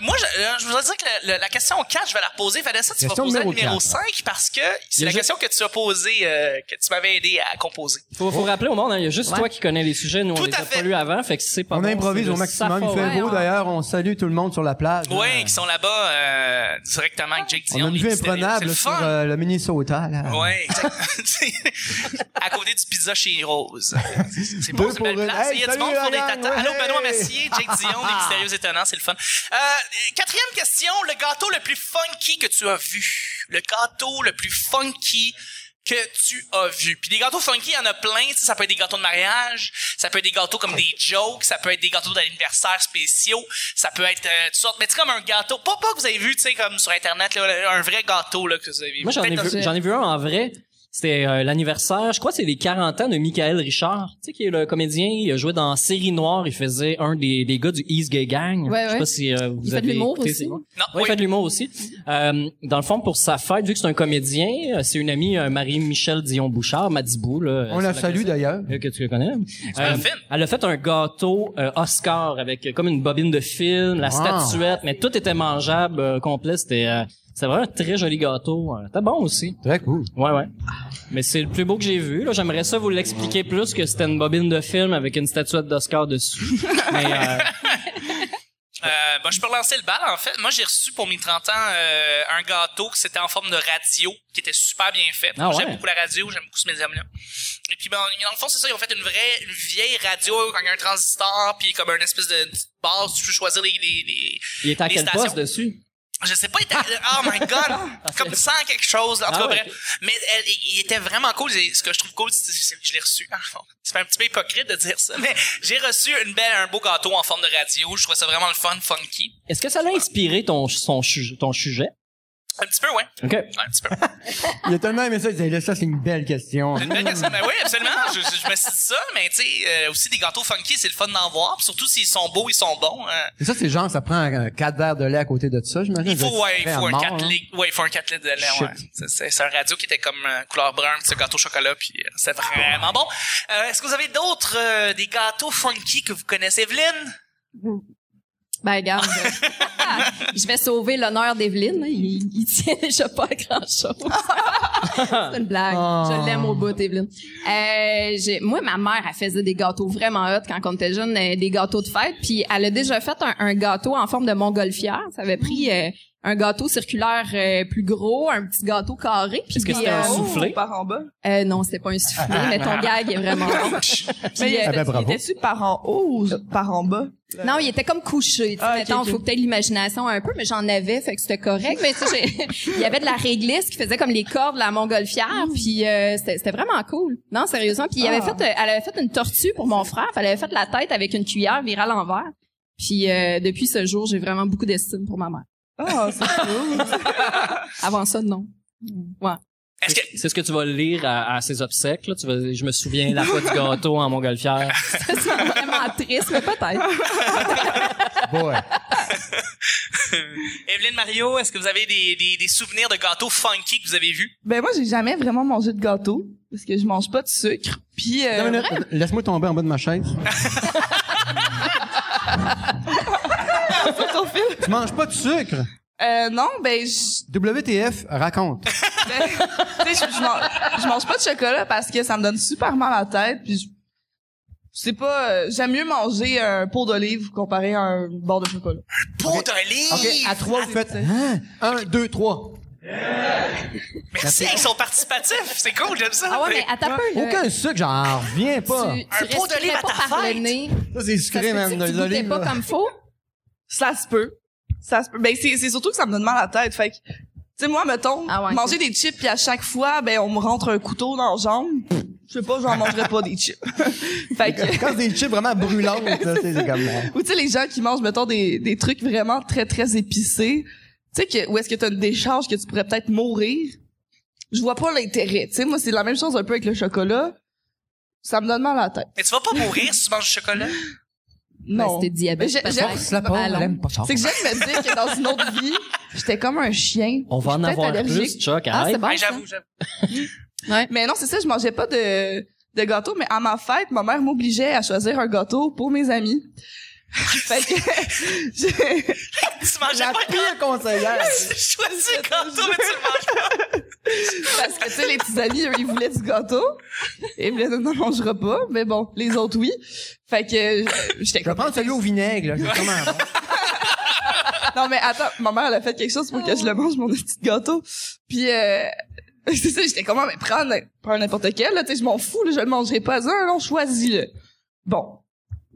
S3: moi, je, euh, je voudrais dire que le- le- la question 4, je vais la reposer. Vanessa, tu
S4: Question
S3: vas poser
S4: numéro hein.
S3: la numéro
S4: 4.
S3: 5 parce que c'est
S6: Il y a
S3: la
S6: juste-
S3: question que tu as posée, euh, que tu m'avais aidé à composer.
S6: Faut, faut rappeler au monde, hein, il y a juste toi qui connais les sujets. Nous,
S3: Tout
S6: on les
S3: à
S6: a
S3: fait.
S6: pas lus avant, fait que c'est pas
S4: on
S6: bon,
S4: improvise
S6: c'est
S4: au
S6: de
S4: maximum. Il
S6: sa faute.
S4: fait beau
S7: Ouais, on-
S4: d'ailleurs. On salue tout le monde sur la plage. là.
S3: Ouais, qui sont là-bas euh, directement avec Jake
S4: On
S3: Dion.
S4: a une
S3: les
S4: vue
S3: petits
S4: imprenable
S3: délires. C'est
S4: sur
S3: le fun.
S4: euh, le Minnesota. Là.
S3: Ouais, exact. à côté du pizza chez Rose. C'est
S4: Deux
S3: beau, c'est une
S4: pour
S3: belle
S4: une.
S3: place.
S4: Hey,
S3: Il y a du
S4: salut
S3: monde qui font
S4: la
S3: des
S4: gang,
S3: tatas. Allô,
S4: ouais. Ah.
S3: Benoît Mercier, Jake Dion, les mystérieux étonnants, c'est le fun. Euh, quatrième question, le gâteau le plus funky que tu as vu. Le gâteau le plus funky que tu as vu. Puis des gâteaux funky, il y en a plein. Tu sais, ça peut être des gâteaux de mariage, ça peut être des gâteaux comme des jokes, ça peut être des gâteaux d'anniversaire spéciaux, ça peut être euh, toutes sortes. Mais c'est comme un gâteau, pas pas que vous avez vu, tu sais, comme sur Internet, là, un vrai gâteau là, que vous avez vu.
S6: Moi, j'en ai,
S3: Peut-être dans-
S6: vu- j'en ai vu un en vrai. C'était euh, l'anniversaire, je crois que c'est les 40 ans de Michael Richard, tu sais, qui est le comédien, il a joué dans Série Noire, il faisait un des, des gars du East Gay Gang.
S7: Ouais,
S6: Je sais
S7: ouais.
S6: pas si euh, vous
S7: Il fait de
S6: avez
S7: l'humour
S6: écouté,
S7: aussi.
S6: c'est bon.
S3: Non,
S6: Oui,
S3: oui.
S6: il fait de l'humour aussi. Euh, dans le fond, pour sa fête, vu que c'est un comédien, euh, c'est une amie, euh, Marie-Michelle Dion-Bouchard, Madibou. Là, euh,
S4: On
S6: si
S4: la
S6: tu
S4: salue
S6: connais.
S4: d'ailleurs.
S6: Euh, que tu connais.
S3: un
S6: Euh,
S3: film.
S6: elle a fait un gâteau euh, Oscar avec euh, comme une bobine de film, la
S4: Wow.
S6: statuette, mais tout était mangeable euh, complet. C'était euh, c'était vraiment un très joli gâteau. Euh, C'était bon aussi.
S4: Très cool.
S6: Ouais, ouais. Mais c'est le plus beau que j'ai vu. Là, j'aimerais ça vous l'expliquer plus que c'était une bobine de film avec une statuette d'Oscar dessus. mais euh,
S3: Euh, ben, je peux relancer le bal, en fait. Moi, j'ai reçu pour mes 30 ans euh, un gâteau qui c'était en forme de radio, qui était super bien fait.
S6: Ah ouais?
S3: J'aime beaucoup la radio, j'aime beaucoup ce médium-là. Et puis, ben, dans le fond, c'est ça, ils ont fait une vraie, une vieille radio avec un transistor, puis comme une espèce de petite base, tu peux choisir les... les, les-
S6: il était à
S3: Les
S6: quel
S3: stations.
S6: poste dessus
S3: Je sais pas, il était... Oh my God! comme sans quelque chose, en tout
S6: Ah
S3: cas,
S6: ouais.
S3: bref. Mais elle- il était vraiment cool. Et Ce que je trouve cool, c'est c'est que je l'ai reçu. C'est un petit peu hypocrite de dire ça, mais j'ai reçu une belle, un beau gâteau en forme de radio. Je trouvais ça vraiment le fun, funky.
S6: Est-ce que ça l'a inspiré ton son sujet- ton sujet
S3: Un petit peu, ouais.
S6: Ok.
S3: Ouais, un petit peu.
S4: Il a tellement aimé ça, il disait, là, ça, c'est une belle question.
S3: C'est une belle question. Ben oui, absolument. Je, je- je me suis dit ça, mais tu sais, euh, aussi des gâteaux funky, c'est le fun d'en voir. Puis surtout s'ils sont beaux, ils sont bons. hein.
S4: Et ça, c'est genre, ça prend euh, quatre verres de lait à côté de ça, j'imagine.
S3: il faut, ouais, il
S4: Très
S3: faut un
S4: mort,
S3: 4
S4: hein.
S3: litres. Ouais, il faut un 4 litres de lait, ouais. C'est- C'est c'est un radio qui était comme euh, couleur brun, puis c'est un gâteau au chocolat, puis euh, c'est vraiment bon. Euh, Est-ce que vous avez d'autres euh, des gâteaux funky que vous connaissez, Evelyne?
S7: Ben, regarde. je vais sauver l'honneur d'Evelyne. Il, il tient déjà pas à grand-chose. C'est une blague. Je l'aime au bout, Evelyne. Euh, j'ai- moi, ma mère, elle faisait des gâteaux vraiment hot quand on était jeune, euh, des gâteaux de fête. Puis elle a déjà fait un, un gâteau en forme de montgolfière. Ça avait
S6: Mm.
S7: pris euh, un gâteau circulaire euh, plus gros, un petit gâteau carré. Puis
S6: Est-ce que c'était un
S7: euh,
S6: soufflé?
S5: Par en bas.
S7: euh, non, c'était pas un soufflé, mais ton gag est vraiment bon. euh,
S5: Mais il
S7: Eh
S4: Ah ben,
S5: était- il
S4: bravo.
S5: était-tu par en haut ou par en bas?
S7: Non, il était comme couché.
S5: Ah, ok,
S7: Attends,
S5: ok.
S7: faut que t'aies l'imagination un peu, mais j'en avais, fait que c'était correct. Mais tu sais, j'ai- il y avait de la réglisse qui faisait comme les cordes de la
S5: Ah.
S7: montgolfière, puis euh, c'était c'était vraiment cool. Non, sérieusement. Puis il avait fait, euh, elle avait fait une tortue pour mon frère. puis Elle avait fait la tête avec une cuillère virée à l'envers. Puis euh, depuis ce jour, j'ai vraiment beaucoup d'estime pour ma mère.
S5: Ah, c'est cool.
S7: Avant ça, non. Ouais.
S3: Est-ce que
S6: C'est ce que tu vas lire à, à ses obsèques. Là. Tu vas, je me souviens la fois du gâteau en montgolfière.
S7: Ça, c'est vraiment triste, mais peut-être.
S4: Boy.
S3: Evelyne Mario, est-ce que vous avez des, des, des souvenirs de gâteaux funky que vous avez vus?
S5: ben moi, j'ai jamais vraiment mangé de gâteau parce que je mange pas de sucre. Puis euh,
S4: Non, mais là, Laisse-moi tomber en bas de ma chaise.
S5: ton fil?
S4: tu manges pas de sucre?
S5: Euh, non, ben je
S4: WTF, raconte.
S5: ben, tu sais, je, je mange, je mange pas de chocolat parce que ça me donne super mal à la tête. Puis je, c'est pas, euh, j'aime mieux manger un pot d'olive comparé à un bord de chocolat.
S3: Pot d'un livre!
S4: OK, à trois, vous faites... hein? Un, deux, trois.
S3: Merci, ils sont participatifs. C'est cool, j'aime ça.
S7: Ah ouais, mais à ta peu. là,
S4: Aucun sucre, j'en reviens pas.
S7: Tu, tu
S3: Un pot de
S7: respirais
S3: lait à
S7: pas
S3: ta
S7: par le
S3: fête.
S7: nez.
S4: Ça, c'est
S7: Ça se
S4: sucré,
S7: peut-tu
S4: même,
S7: que
S4: dans
S7: tu
S4: les
S7: goûtais
S4: olives.
S7: pas
S4: là.
S7: comme faux.
S5: Ça se peut, ça se peut. Ben c'est, c'est surtout que ça me donne mal à la tête. Fait que, tu sais, moi, mettons,
S7: Ah ouais,
S5: manger des chips puis à chaque fois, ben on me rentre un couteau dans la jambe. Pff, Je sais pas, j'en mangerai pas des chips. fait que.
S4: Quand c'est des chips vraiment brûlantes, là, c'est c'est comme... euh,
S5: Ou tu sais, les gens qui mangent, mettons, des, des trucs vraiment très, très épicés. Tu sais, que, où est-ce que t'as une décharge que tu pourrais peut-être mourir? Je vois pas l'intérêt. Tu sais, moi, c'est la même chose un peu avec le chocolat. Ça me donne mal à la tête.
S3: Mais tu vas pas mourir si tu manges du chocolat.
S5: Non.
S7: Ben,
S5: Ben,
S7: c'était diabète.
S5: J'ai-
S7: peut-être.
S5: j'ai-
S4: La pauvre,
S7: Allons.
S4: elle aime pas ça.
S5: C'est que j'aime me dire que dans une autre vie, j'étais comme un chien.
S6: On va en
S5: Peut-être
S6: avoir
S5: allergique.
S6: plus, Chuck.
S7: Ah,
S6: arrête.
S7: c'est bon.
S3: Ouais,
S7: ça.
S3: j'avoue, j'avoue.
S5: Mais non, c'est ça, je mangeais pas de, de gâteau, mais à ma fête, ma mère m'obligeait à choisir un gâteau pour mes amis. fait que, j'ai-
S3: Tu mangeais
S4: La
S3: pas de
S4: pire conseillère.
S3: Tu choisis le gâteau, mais tu le manges pas.
S5: Parce que, tu sais, les petits amis, eux, ils voulaient du gâteau. Et ils voulaient, non, non, mangera pas. Mais bon, les autres, oui. Fait que, euh, j'étais
S4: Je vais
S5: comme,
S4: prendre celui au vinaigre, là. C'est comment, hein?
S5: non, mais attends, ma mère, elle a fait quelque chose pour que je le mange, mon petit gâteau. Puis, euh, c'est ça, j'étais comment, mais prends, n- prends n'importe quel, là, tu sais, je m'en fous, là, je le mangerai pas un, là, on choisit, là. Bon.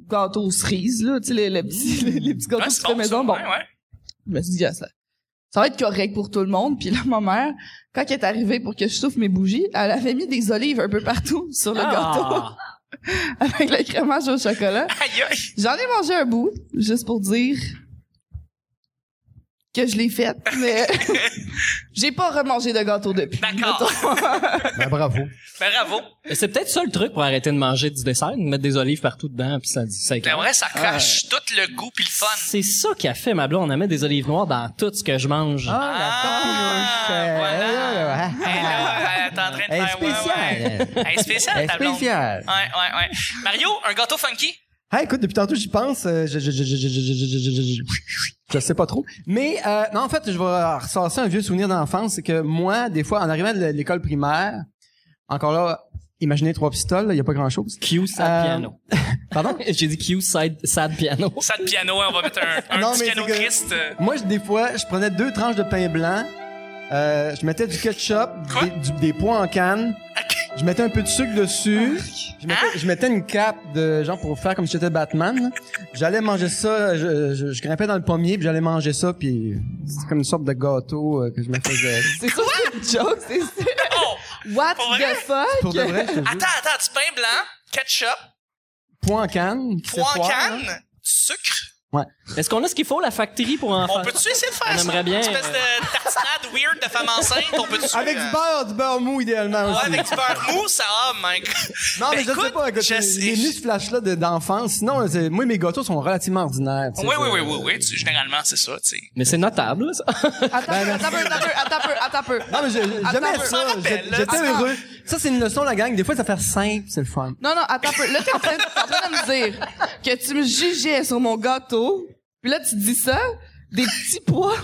S5: Gâteau aux cerises, là, tu sais, les, les petits, les, les petits gâteaux
S3: Ouais,
S5: de
S3: c'est
S5: la maison,
S3: ça.
S5: bon.
S3: Ouais, ouais.
S5: Je me suis dit, ah, ça, ça va être correct pour tout le monde. Puis là, ma mère, quand elle est arrivée pour que je souffle mes bougies, elle avait mis des olives un peu partout sur le gâteau
S6: Ah.
S5: avec le crémage au chocolat.
S3: Aïe, aïe.
S5: J'en ai mangé un bout, juste pour dire, que je l'ai faite, mais j'ai pas remangé de gâteau depuis.
S3: D'accord.
S4: Ben, bravo.
S3: Ben, bravo.
S6: Mais C'est peut-être ça le truc pour arrêter de manger du dessert, de mettre des olives partout dedans, puis ça, ça
S3: Ben,
S6: éclate.
S3: ouais, ça crache tout le goût puis le fun.
S6: C'est ça qui a fait ma blonde. Elle met des olives noires dans tout ce que je mange.
S4: Ah,
S3: Ah, voilà. Elle, là, elle est en train de
S8: Elle est
S3: faire, ouais, ouais.
S8: spéciale.
S3: Elle est spéciale,
S8: Elle est
S3: ta blonde.
S8: spéciale.
S3: Ouais, ouais, ouais. Mario, un gâteau funky?
S4: Ah, écoute, depuis tantôt, j'y pense. euh, Je, je, je, je, je, je, je, je, je, je- je sais pas trop. Mais euh, non, en fait, je vais ressortir un vieux souvenir d'enfance. C'est que moi, des fois, en arrivant de l'école primaire, encore là, imaginez trois pistoles, il y a pas grand-chose.
S6: Q sad
S4: Euh,
S6: piano.
S4: Pardon?
S6: J'ai dit Q sad, sad piano.
S3: Ça de piano, hein, on va mettre un, un
S4: Non,
S3: petit
S4: mais
S3: piano
S4: c'est que-
S3: triste. euh,
S4: Moi, je- des fois, je prenais deux tranches de pain blanc, euh, je mettais du ketchup,
S3: Quoi?
S4: des, du- des pois en canne, je mettais un peu de sucre dessus, je
S3: Hein?
S4: mettais, je mettais une cape de genre pour faire comme si j'étais Batman. là. J'allais manger ça, je, je, je grimpais dans le pommier, puis j'allais manger ça, puis c'est comme une sorte de gâteau euh, que je me faisais.
S5: C'est ça, c'est une joke, c'est ça.
S3: Oh!
S5: What
S3: Pour vrai?
S5: the fuck?
S4: Pour de vrai, je te jure.
S3: Attends, attends, du pain blanc, ketchup,
S4: Pois en canne, qui
S3: pois en
S4: s'effoire, là.
S3: canne, du sucre.
S6: Est-ce qu'on a ce qu'il faut, la factory pour enfants?
S3: On peut-tu essayer de faire
S6: On
S3: ça?
S6: aimerait bien, euh,
S3: Une espèce de tartinade weird de femme enceinte, on peut-tu?
S4: Avec
S3: euh,
S4: du beurre, du beurre mou idéalement
S3: Ouais,
S4: aussi.
S3: avec du beurre mou, ça, oh my god.
S4: Non, mais
S3: Ben,
S4: je sais pas, écoute,
S3: je sais-
S4: j'ai mis ce flash-là de- d'enfance. Sinon, là, c'est- moi, mes gâteaux sont relativement ordinaires. tu sais,
S3: Oui,
S4: ça.
S3: oui, oui, oui, oui, tu- généralement, c'est ça, tu sais.
S6: Mais c'est notable, ça.
S5: Attends, attends, un peu, attends, un peu, attends, un peu, attends, un peu.
S4: Non, mais je- j'aimais
S5: Attends,
S4: ça.
S3: je m'en rappelle,
S4: J'ai-
S3: là.
S4: J'étais
S5: Attends.
S4: heureux. Ça, c'est une leçon, la gang. Des fois, ça fait simple, c'est le fun.
S5: Non, non, attends un peu. Là, t'es en train, t'es en train de me dire que tu me jugeais sur mon gâteau. Puis là, tu dis ça, des petits pois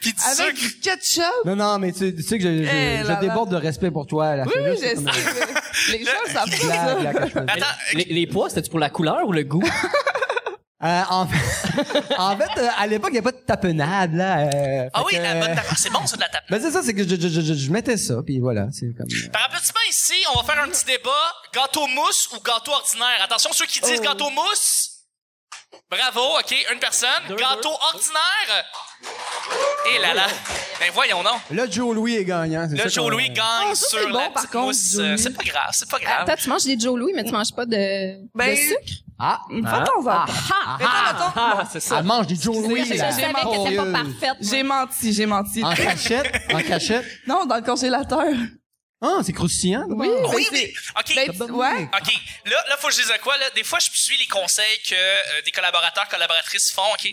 S3: Puis du
S5: avec
S3: sucre.
S5: du ketchup.
S4: Non, non, mais tu, tu sais que je, je-
S5: Eh
S4: je
S5: là là.
S4: déborde de respect pour toi. La
S5: Oui, oui, je sais. mais Les gens le savent pas ça.
S4: Blague, là, que je faisais.
S3: Attends, euh,
S6: Les, les pois, c'était pour la couleur ou le goût?
S4: Euh, en fait, en fait, euh, à l'époque, il n'y avait pas de tapenade, là. euh,
S3: ah
S4: fait
S3: oui,
S4: que-
S3: la bonne tape. C'est bon, ça, de la tape.
S4: Ben, c'est ça, c'est que je, je, je, je- je mettais ça, puis voilà, c'est comme... euh,
S3: Par applaudissement ici, on va faire un petit débat. Gâteau mousse ou gâteau ordinaire? Attention, ceux qui disent
S5: Oh.
S3: gâteau mousse. Bravo, OK, une personne.
S6: Deux,
S3: gâteau
S6: deux.
S3: ordinaire. Et là là. Ben voyons donc.
S4: Là, Joe Louis est gagnant, c'est
S3: Là,
S4: ça
S3: Joe
S4: qu'on-
S3: Louis gagne
S5: Ah, ça, c'est
S3: sur la
S5: bon, par
S3: petite
S5: contre,
S3: mousse.
S5: Joe
S3: Euh,
S5: Louis.
S3: C'est pas grave, c'est pas grave.
S7: Attends, tu manges des Joe Louis, mais tu manges pas de,
S5: Ben,
S7: de sucre?
S4: Ah,
S5: Faut qu'on va. Mais attends, attends.
S6: Ah, c'est ça.
S4: elle mange du Joe Louis,
S7: Je
S4: là.
S7: savais que c'était pas parfaite.
S5: J'ai menti, j'ai menti.
S4: En cachette, en cachette.
S5: Non, dans le congélateur.
S4: Ah, c'est croustillant.
S5: Oui,
S3: Oui,
S5: ben,
S3: mais. OK.
S5: c'est- ben, ouais.
S3: OK. Là, là, faut que je dise à quoi, là. Des fois, je suis les conseils que euh, des collaborateurs, collaboratrices font, OK.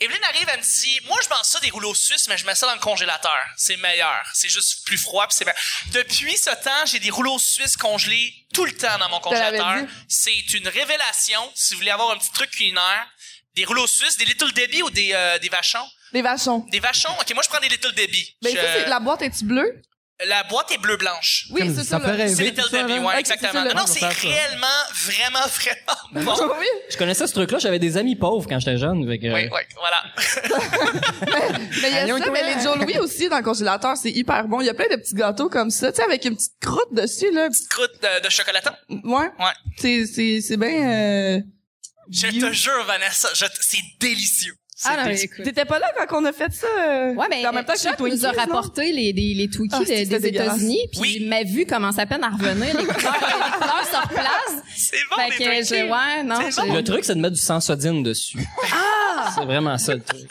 S3: Evelyne arrive, elle me dit, moi, je mange ça des rouleaux suisses, mais je mets ça dans le congélateur. C'est meilleur. C'est juste plus froid, puis c'est meilleur. Depuis ce temps, j'ai des rouleaux suisses congelés tout le temps dans mon
S5: l'avais
S3: congélateur.
S5: dit.
S3: C'est une révélation. Si vous voulez avoir un petit truc culinaire, des rouleaux suisses, des Little Debbie ou des, euh, des vachons?
S5: Les vachons.
S3: Des vachons? OK, moi, je prends des Little Debbie.
S5: Ben,
S3: Je-
S5: ça, c'est- la boîte est-tu bleue?
S3: La boîte est bleu-blanche.
S5: Oui,
S4: Comme
S5: c'est
S4: ça
S5: ça.
S4: fait
S5: là.
S4: rêver.
S3: C'est Little
S4: tout ça,
S3: Debbie,
S4: là.
S3: ouais,
S5: Ok,
S3: exactement.
S5: c'est ça,
S3: Non,
S5: là.
S3: non, c'est
S4: On va faire ça.
S3: réellement, vraiment, vraiment bon.
S5: Oui,
S6: Je connaissais ce truc-là, j'avais des amis pauvres quand j'étais jeune. fait que-
S3: Oui, oui, voilà.
S5: mais il y a ça, mais les Joe Louis aussi dans le congélateur, c'est hyper bon. Il y a plein de petits gâteaux comme ça, tu sais, avec une petite croûte dessus, là.
S3: Petite croûte de, de chocolatin.
S5: Ouais.
S3: Ouais.
S5: C'est, c'est, c'est bien, euh...
S3: Je
S5: bio.
S3: te jure, Vanessa, je te- c'est délicieux. C'est
S7: Ah non, mais
S3: délicieux.
S7: écoute.
S5: T'étais pas là quand on a fait ça? euh,
S7: Ouais, mais
S5: en même temps que
S7: Chuck
S5: les Twinkies,
S7: nous a
S5: non?
S7: rapporté les, les, les Twinkies
S5: Ah,
S7: de-
S5: c'était
S7: des
S5: dégueulasse.
S7: États-Unis, puis
S3: Oui.
S7: ma vue commence à peine à revenir. Les couleurs, les couleurs se replacent.
S3: C'est bon,
S7: fait
S3: Oh, les
S7: ben, que,
S3: Twinkies.
S7: je- ouais, non. je-
S6: euh, Le truc, c'est de mettre du sang sodine dessus. C'est vraiment ça, le truc.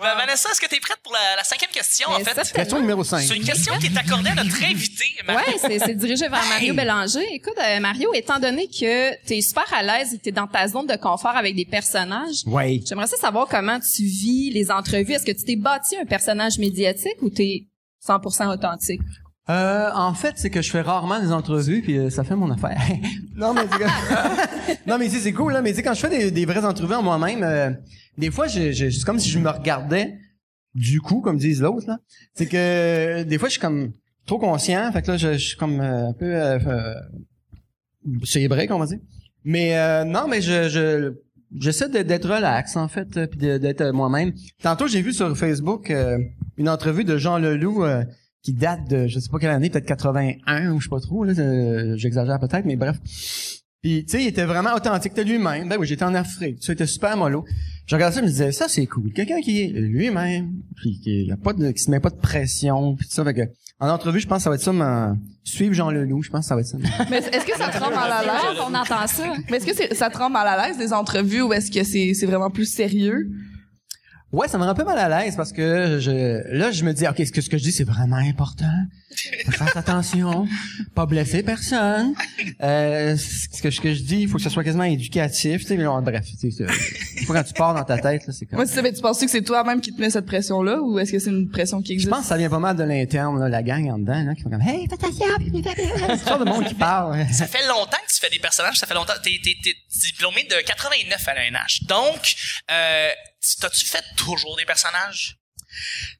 S3: Ben, Vanessa, est-ce que t'es prête pour la, la cinquième question, en
S7: Mais
S3: fait?
S7: certainement.
S4: Question numéro 5.
S3: C'est une question qui est accordée à notre invité, Marie.
S7: Ouais, c'est, c'est dirigé vers Mario Bélanger. Écoute, euh, Mario, étant donné que t'es super à l'aise et que t'es dans ta zone de confort avec des personnages,
S4: Oui.
S7: j'aimerais ça savoir comment tu vis les entrevues. Est-ce que tu t'es bâti un personnage médiatique ou t'es 100% authentique?
S4: Euh, en fait, c'est que je fais rarement des entrevues, puis euh, ça fait mon affaire. non, mais c'est que- non, mais tu sais, c'est cool, là. Mais tu sais, quand je fais des, des vraies entrevues en moi-même, euh, des fois, je, je- c'est comme si je me regardais du coup, comme disent l'autre, là. C'est que euh, des fois, je suis comme trop conscient, fait que là, je, je suis comme euh, un peu... euh, euh, c'est vrai, qu'on va dire. Mais euh, non, mais je... je J'essaie de- d'être relax, en fait, euh, puis de- d'être euh, moi-même. Tantôt, j'ai vu sur Facebook euh, une entrevue de Jean Leloup euh, qui date de je sais pas quelle année, peut-être 81 ou je sais pas trop, là, euh, j'exagère peut-être, mais bref. Puis tu sais, il était vraiment authentique de lui-même. Ben oui, j'étais en Afrique, ça était super mollo. Je regardais ça, je me disais ça c'est cool, quelqu'un qui est lui-même, puis qui a pas de, qui se met pas de pression, puis tout ça. Fait que, en entrevue, je pense que ça va être ça, ma... suivre Jean Leloup, je pense que ça va être ça. ma-
S5: Mais est-ce que ça te rend mal à
S7: C'est rare
S5: l'aise?
S7: qu'on entend ça.
S5: Mais est-ce que c'est- ça te rend mal à l'aise, les entrevues, ou est-ce que c'est, c'est vraiment plus sérieux?
S4: Ouais, ça me rend un peu mal à l'aise parce que je, là, je me dis, OK, ce que, ce que je dis, c'est vraiment important. Faut que je fasse attention. Pas blesser personne. Euh, ce que, ce que je dis, il faut que ce soit quasiment éducatif. Tu sais, mais bon, bref, tu sais, c'est- des fois, quand tu pars dans ta tête, là, c'est comme...
S5: Moi, c'est ça, mais tu penses que c'est toi-même qui te mets cette pression-là ou est-ce que c'est une pression qui
S4: Je
S5: existe?
S4: pense que ça vient pas mal de l'interne, là, la gang en dedans, là, qui font comme, hey, fais attention, c'est genre de monde qui parle. ouais.
S2: Ça fait longtemps que tu fais des personnages, ça fait longtemps. T'es, t'es, t'es diplômé de 89 à l'ANH. Donc, euh, tu- t'as-tu fait toujours des personnages?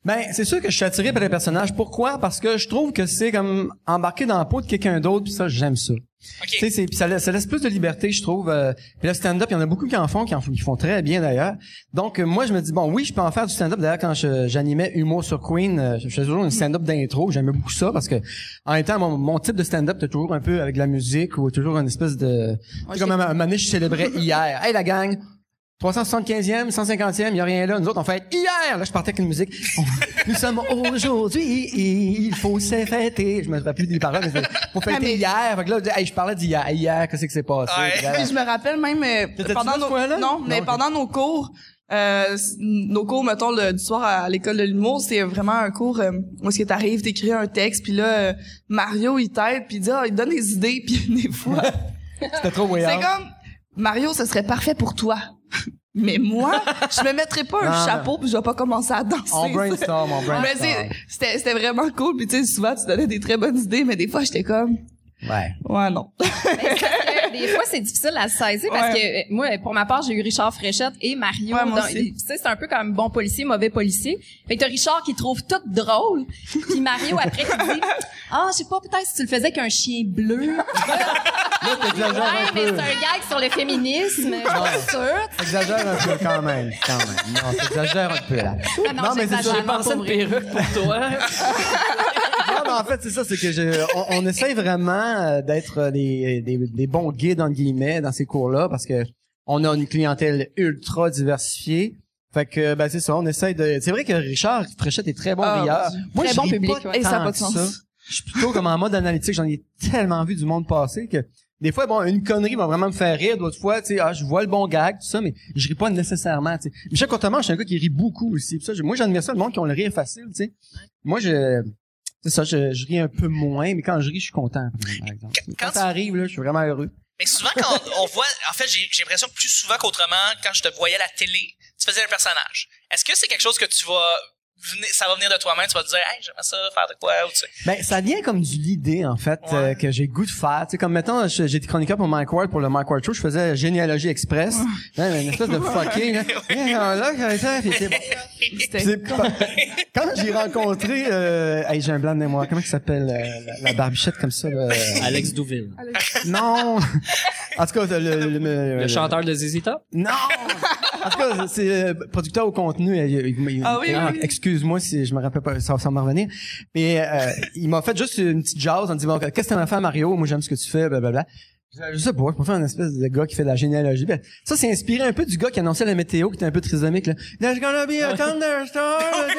S4: Ben, c'est sûr que je suis attiré par les personnages. Pourquoi? Parce que je trouve que c'est comme embarquer dans la peau de quelqu'un d'autre, puis ça, j'aime ça. Tu sais,
S2: OK.
S4: c'est- puis ça, laisse- ça laisse plus de liberté, je trouve. Euh, puis le stand-up, il y en a beaucoup qui en font, qui en font, qui font très bien d'ailleurs. Donc euh, moi, je me dis bon, oui, je peux en faire du stand-up. D'ailleurs, quand je- j'animais Humour sur Queen, euh, je faisais toujours une stand-up d'intro. J'aimais beaucoup ça parce que en même temps, mon, mon type de stand-up, t'es toujours un peu avec de la musique ou toujours une espèce de. C'est comme un manège je célébrais hier. Hey la gang. 375e, 150e, il n'y a rien là. Nous autres, on fait hier. Là, je partais avec une musique. Nous sommes aujourd'hui, il faut se fêter. Je me rappelle plus des paroles, mais c'était pour fêter
S5: Ah, mais-
S4: hier. Fait que là, je dis, hey, je parlais d'hier. Hier, qu'est-ce qui s'est passé?
S2: Ouais.
S4: Hier.
S5: Mais je me rappelle même euh,
S4: T'étais-tu dans
S5: pendant
S4: ce
S5: nos
S4: coin-là?
S5: non, mais
S4: Non, ok.
S5: pendant nos cours euh, s- nos cours mettons le, du soir à, à l'école de l'humour, c'est vraiment un cours euh, où est-ce que t'arrives, t'écris un texte puis là euh, Mario il t'aide puis il dit Ah, il donne des idées puis des fois
S4: C'était trop
S5: c'est
S4: voyant.
S5: comme Mario ce serait parfait pour toi. Mais moi, je me mettrais pas
S4: Non,
S5: un
S4: non.
S5: chapeau puis je vais pas commencer à danser.
S4: On
S5: ça.
S4: brainstorm, on
S5: mais
S4: brainstorm.
S5: c'est- c'était c'était vraiment cool puis tu sais souvent tu donnais des très bonnes idées mais des fois j'étais comme
S4: Ouais.
S5: ouais non.
S7: des fois, c'est difficile à saisir parce que euh, moi, pour ma part, j'ai eu Richard Fréchette et Mario.
S5: Ouais, moi
S7: dans-
S5: aussi.
S7: tu sais, c'est un peu comme bon policier, mauvais policier. Fait que t'as Richard qui trouve tout drôle, puis Mario après qui dit Ah, je sais pas, peut-être si tu le faisais avec un chien bleu.
S4: Là, t'exagères
S7: Ouais,
S4: un
S7: mais
S4: peu.
S7: c'est un gag sur le féminisme, je suis pas sûre.
S4: T'exagères un peu quand même. Quand même. Non, t'exagères un peu là.
S7: Ah non,
S4: mais c'est
S7: j'exagère,
S4: ça.
S7: non,
S6: Pensez une
S7: pour vrai.
S6: perruque pour toi.
S4: Non, mais en fait, c'est ça, c'est que je, on, on essaye vraiment euh, d'être euh, des, des, des bons guides, entre guillemets, dans ces cours-là, parce que on a une clientèle ultra diversifiée. Fait que, ben, c'est ça, on essaye de, c'est vrai que Richard Fréchette est très bon
S5: Ah,
S4: rieur.
S5: mon Dieu.
S4: Moi,
S7: Très
S4: je
S7: bon
S4: ris
S7: public,
S4: pas
S7: ouais.
S5: Et ça a
S4: tant
S5: pas de
S4: que
S5: sens.
S4: Je suis plutôt comme en mode analytique, j'en ai tellement vu du monde passer que, des fois, bon, une connerie va vraiment me faire rire. D'autres fois, tu sais, ah, je vois le bon gag, tout ça, mais je ris pas nécessairement, tu sais. Michel Courtemanche, je suis un gars qui rit beaucoup aussi. Puis ça, je- moi, j'admire ça, le monde qui a le rire facile, tu sais. Moi, je, c'est ça, je, je ris un peu moins, mais quand je ris, je suis content, par exemple.
S2: Quand-
S4: Quand
S2: quand
S4: ça arrive, là, je suis vraiment heureux.
S2: Mais souvent, quand on voit, en fait, j'ai, j'ai l'impression que plus souvent qu'autrement, quand je te voyais à la télé, tu faisais un personnage. Est-ce que c'est quelque chose que tu vas, venir- ça va venir de toi-même, tu vas te dire, hey, j'aimerais ça faire de quoi, ou tu sais.
S4: Ben, ça vient comme du l'idée, en fait,
S2: Ouais.
S4: euh, que j'ai le goût de faire. Tu sais, comme, mettons, je- j'étais chroniqueur pour Mike Ward, pour le Mike Ward Show, je faisais Généalogie Express. Là, une espèce de fucking, là. Eh, alors là, j'avais ça, puis c'est bon. Puis c'est- Quand j'ai rencontré, euh, hey, j'ai un blanc de mémoire, comment il s'appelle, euh, la, la barbichette comme ça, là?
S6: Alex Douville.
S4: Non! En tout cas, le, le, le-
S6: Le chanteur de ZZ Top.
S4: Non! En tout cas, c'est euh, producteur au contenu. euh, il- il- il-
S5: Ah oui,
S4: non,
S5: oui.
S4: Excuse-moi si je me rappelle pas, ça, ça va me revenir. Mais euh, il m'a fait juste une petite jazz en me disant, Bon, qu'est-ce que t'en as fait Mario? Moi, j'aime ce que tu fais, blablabla. Je je sais pas, je préfère un espèce de gars qui fait de la généalogie. Ben, Ça, c'est inspiré un peu du gars qui annonçait la météo, qui était un peu trisomique, là. There's gonna be a thunderstorm!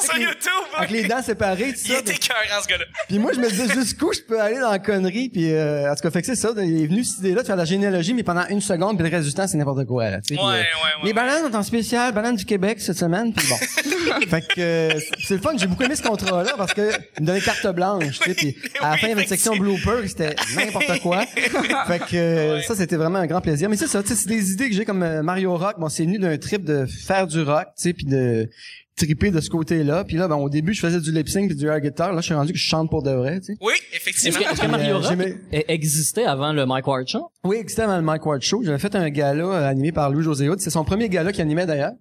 S2: Sur
S4: Avec les-
S2: YouTube!
S4: Avec les dents séparées, tout
S2: Il
S4: ça. ben,
S2: était écœurant, ce gars-là.
S4: Puis moi, je me disais jusqu'où je peux aller dans la connerie. Puis euh, en tout cas, fait que c'est ça. Il est venu cette idée-là de faire de la généalogie, mais pendant une seconde, puis le reste du temps, c'est n'importe quoi. Là, tu sais,
S2: Ouais,
S4: puis,
S2: ouais,
S4: euh,
S2: ouais.
S4: les bananes ont en spécial, bananes du Québec cette semaine, puis bon. fait que euh, c'est le fun, j'ai beaucoup aimé ce contrat-là parce que il me donnait carte blanche, tu sais, puis à la
S2: oui,
S4: fin, il y avait une section blooper, c'était n'importe quoi. fait que euh, ça, c'était vraiment un grand plaisir. Mais c'est ça, tu sais, c'est des idées que j'ai comme euh, Mario Rock. Bon, c'est venu d'un trip de faire du rock, tu sais, puis de triper de ce côté-là. Puis là, ben, au début, je faisais du lip-sync puis du air guitar. Là, je suis rendu que je chante pour de vrai, tu sais.
S2: Oui,
S6: Est-ce
S2: effectivement.
S6: que, est-ce que
S4: Euh,
S6: Mario Rock e-
S4: j'aimais-
S6: existait avant le Mike Ward Show?
S4: Oui, existait avant le Mike Ward Show. J'avais fait un gala euh, animé par Louis José Hood. C'est son premier gala qu'il animait d'ailleurs.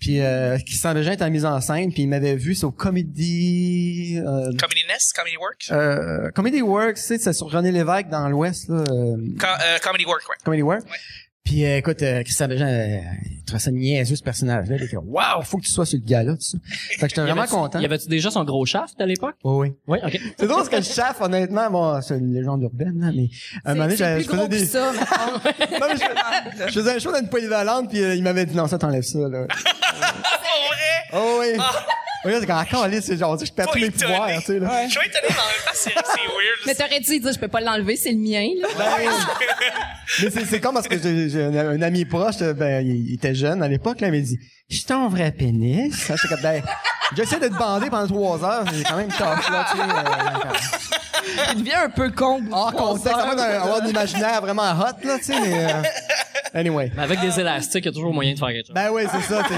S4: Puis euh, qui s'en déjà être en mise en scène. Puis il m'avait vu sur Comedy euh,
S2: Comedy Nest, Comedy Work.
S4: euh, Comedy Works, tu sais, c'est sur René Lévesque dans l'Ouest, là, euh,
S2: Co- euh, comedy Work, ouais.
S4: Comedy Works.
S2: Ouais.
S4: Puis euh, écoute, euh, Christian Béjean, euh, il trouvait ça niaiseux ce personnage-là. Il était Waouh, faut que tu sois sur le gala, tout ça. Fait que j'étais vraiment content.
S6: Y avait-tu déjà son gros shaft à l'époque?
S4: Oui,
S6: Oui,
S4: oui.
S6: ok.
S4: C'est drôle ce que je chaffe, honnêtement. Bon, c'est une légende urbaine, là, mais à un moment donné,
S7: C'est- c'est
S4: j'avais-
S7: plus
S4: je faisais
S7: gros que
S4: des...
S7: ça, mais
S4: Non, mais je, je faisais un show Ah. dans une polyvalente, puis euh, il m'avait dit non, ça t'enlèves ça, là.
S2: Ah, Pour vrai,
S4: Oh oui! Oui, c'est quand encore lisse, c'est genre, tu sais, je perds
S2: pas
S4: tous mes
S2: étonné.
S4: pouvoirs, tu sais, là.
S2: Je suis étonné, mais en même temps, c'est, c'est weird.
S7: Mais t'aurais dû dire, je peux pas l'enlever, c'est le mien, là.
S4: Ben, mais c'est, c'est comme parce que j'ai, j'ai un, un ami proche, euh, ben, il, il était jeune à l'époque, là, il m'a dit, Je suis ton vrai pénis. Ah, j'étais comme, ben, j'essaie de te bander pendant trois heures, c'est quand même tough, là, tu sais. euh,
S5: Il devient un peu con.
S4: hors contexte,
S5: heures,
S4: ça va d'un- avoir un imaginaire vraiment hot, là, tu sais, mais, euh, anyway.
S6: Mais avec des élastiques, il y a toujours moyen de faire quelque chose.
S4: Ben oui, c'est ça. t'es-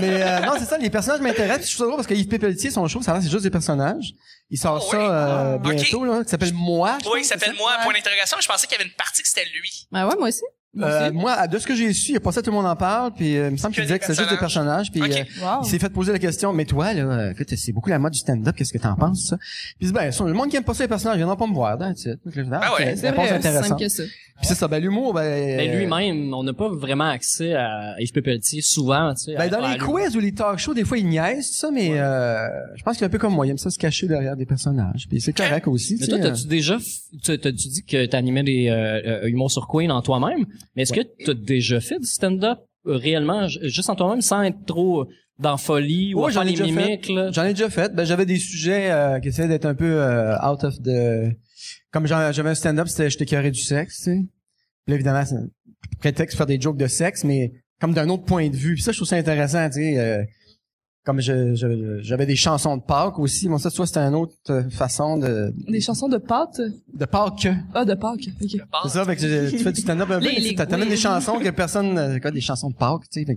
S4: Mais euh, non, c'est ça, les personnages m'intéressent. puis Je trouve ça drôle parce que Yves Pépeletier, son show, ça va, c'est juste des personnages. Il sort
S2: Oh,
S4: ça
S2: oui.
S4: euh,
S2: Ah.
S4: bientôt, là, qui s'appelle Moi.
S2: Oui,
S4: je pense,
S2: il
S4: c'est
S2: s'appelle moi, point d'interrogation. Je pensais qu'il y avait une partie que c'était lui.
S7: Ben ouais, moi aussi.
S4: Euh, moi, à- de ce que j'ai su, il a passé tout le monde en parle, puis euh, il me semble
S2: Que
S4: qu'il disait
S2: des
S4: que c'est juste des personnages, puis
S2: Ok.
S4: euh, il s'est fait poser la question, mais toi, là, euh, écoute, c'est beaucoup la mode du stand-up, qu'est-ce que t'en penses, ça? Puis il dit, ben, le monde qui aime pas ça les personnages, ils viendront pas me voir, d'un
S2: Ah ouais,
S4: c'est
S7: vrai, aussi
S4: intéressant.
S7: simple que ça.
S4: Puis c'est ça, ben, l'humour, ben...
S6: Ben
S4: euh,
S6: lui-même, on n'a pas vraiment accès à Yves Pépeletier souvent, tu sais. à-
S4: Ben, dans
S6: à
S4: les
S6: lui.
S4: quiz ou les talk shows, des fois, il niaise, tout ça, mais euh, je pense qu'il est un peu comme moi. Il aime ça se cacher derrière des personnages. Puis c'est correct aussi.
S6: Hein? Mais
S4: tu
S6: toi,
S4: sais,
S6: t'as-tu déjà, f- tu- t'as-tu dit que t'animais des euh, euh, humours sur Queen en toi-même, mais est-ce que t'as déjà fait du stand-up euh, réellement, j- juste en toi-même, sans être trop dans folie ou
S4: Ouais,
S6: à
S4: j'en
S6: faire
S4: ai
S6: les
S4: déjà fait.
S6: mimiques, là?
S4: J'en ai déjà fait. Ben, j'avais des sujets euh, qui essayaient d'être un peu euh, out of the... Comme j'en- j'avais un stand-up, c'était j'étais carré du sexe, tu sais. Puis là, évidemment, c'est un prétexte pour faire des jokes de sexe, mais comme d'un autre point de vue. Puis ça, je trouve ça intéressant, tu sais. euh, comme je- je- j'avais des chansons de Pâques aussi. Bon, ça, tu vois, c'était une autre euh, façon de,
S5: Des chansons de pâtes.
S4: de Pâques.
S5: Ah, de Pâques. OK.
S4: C'est ça, fait que tu fais du stand-up un peu,
S7: Les-
S4: mais
S7: les-
S4: t'as- t'amènes
S7: oui.
S4: des chansons que personne, euh, quoi, des chansons de Pâques, tu sais. fait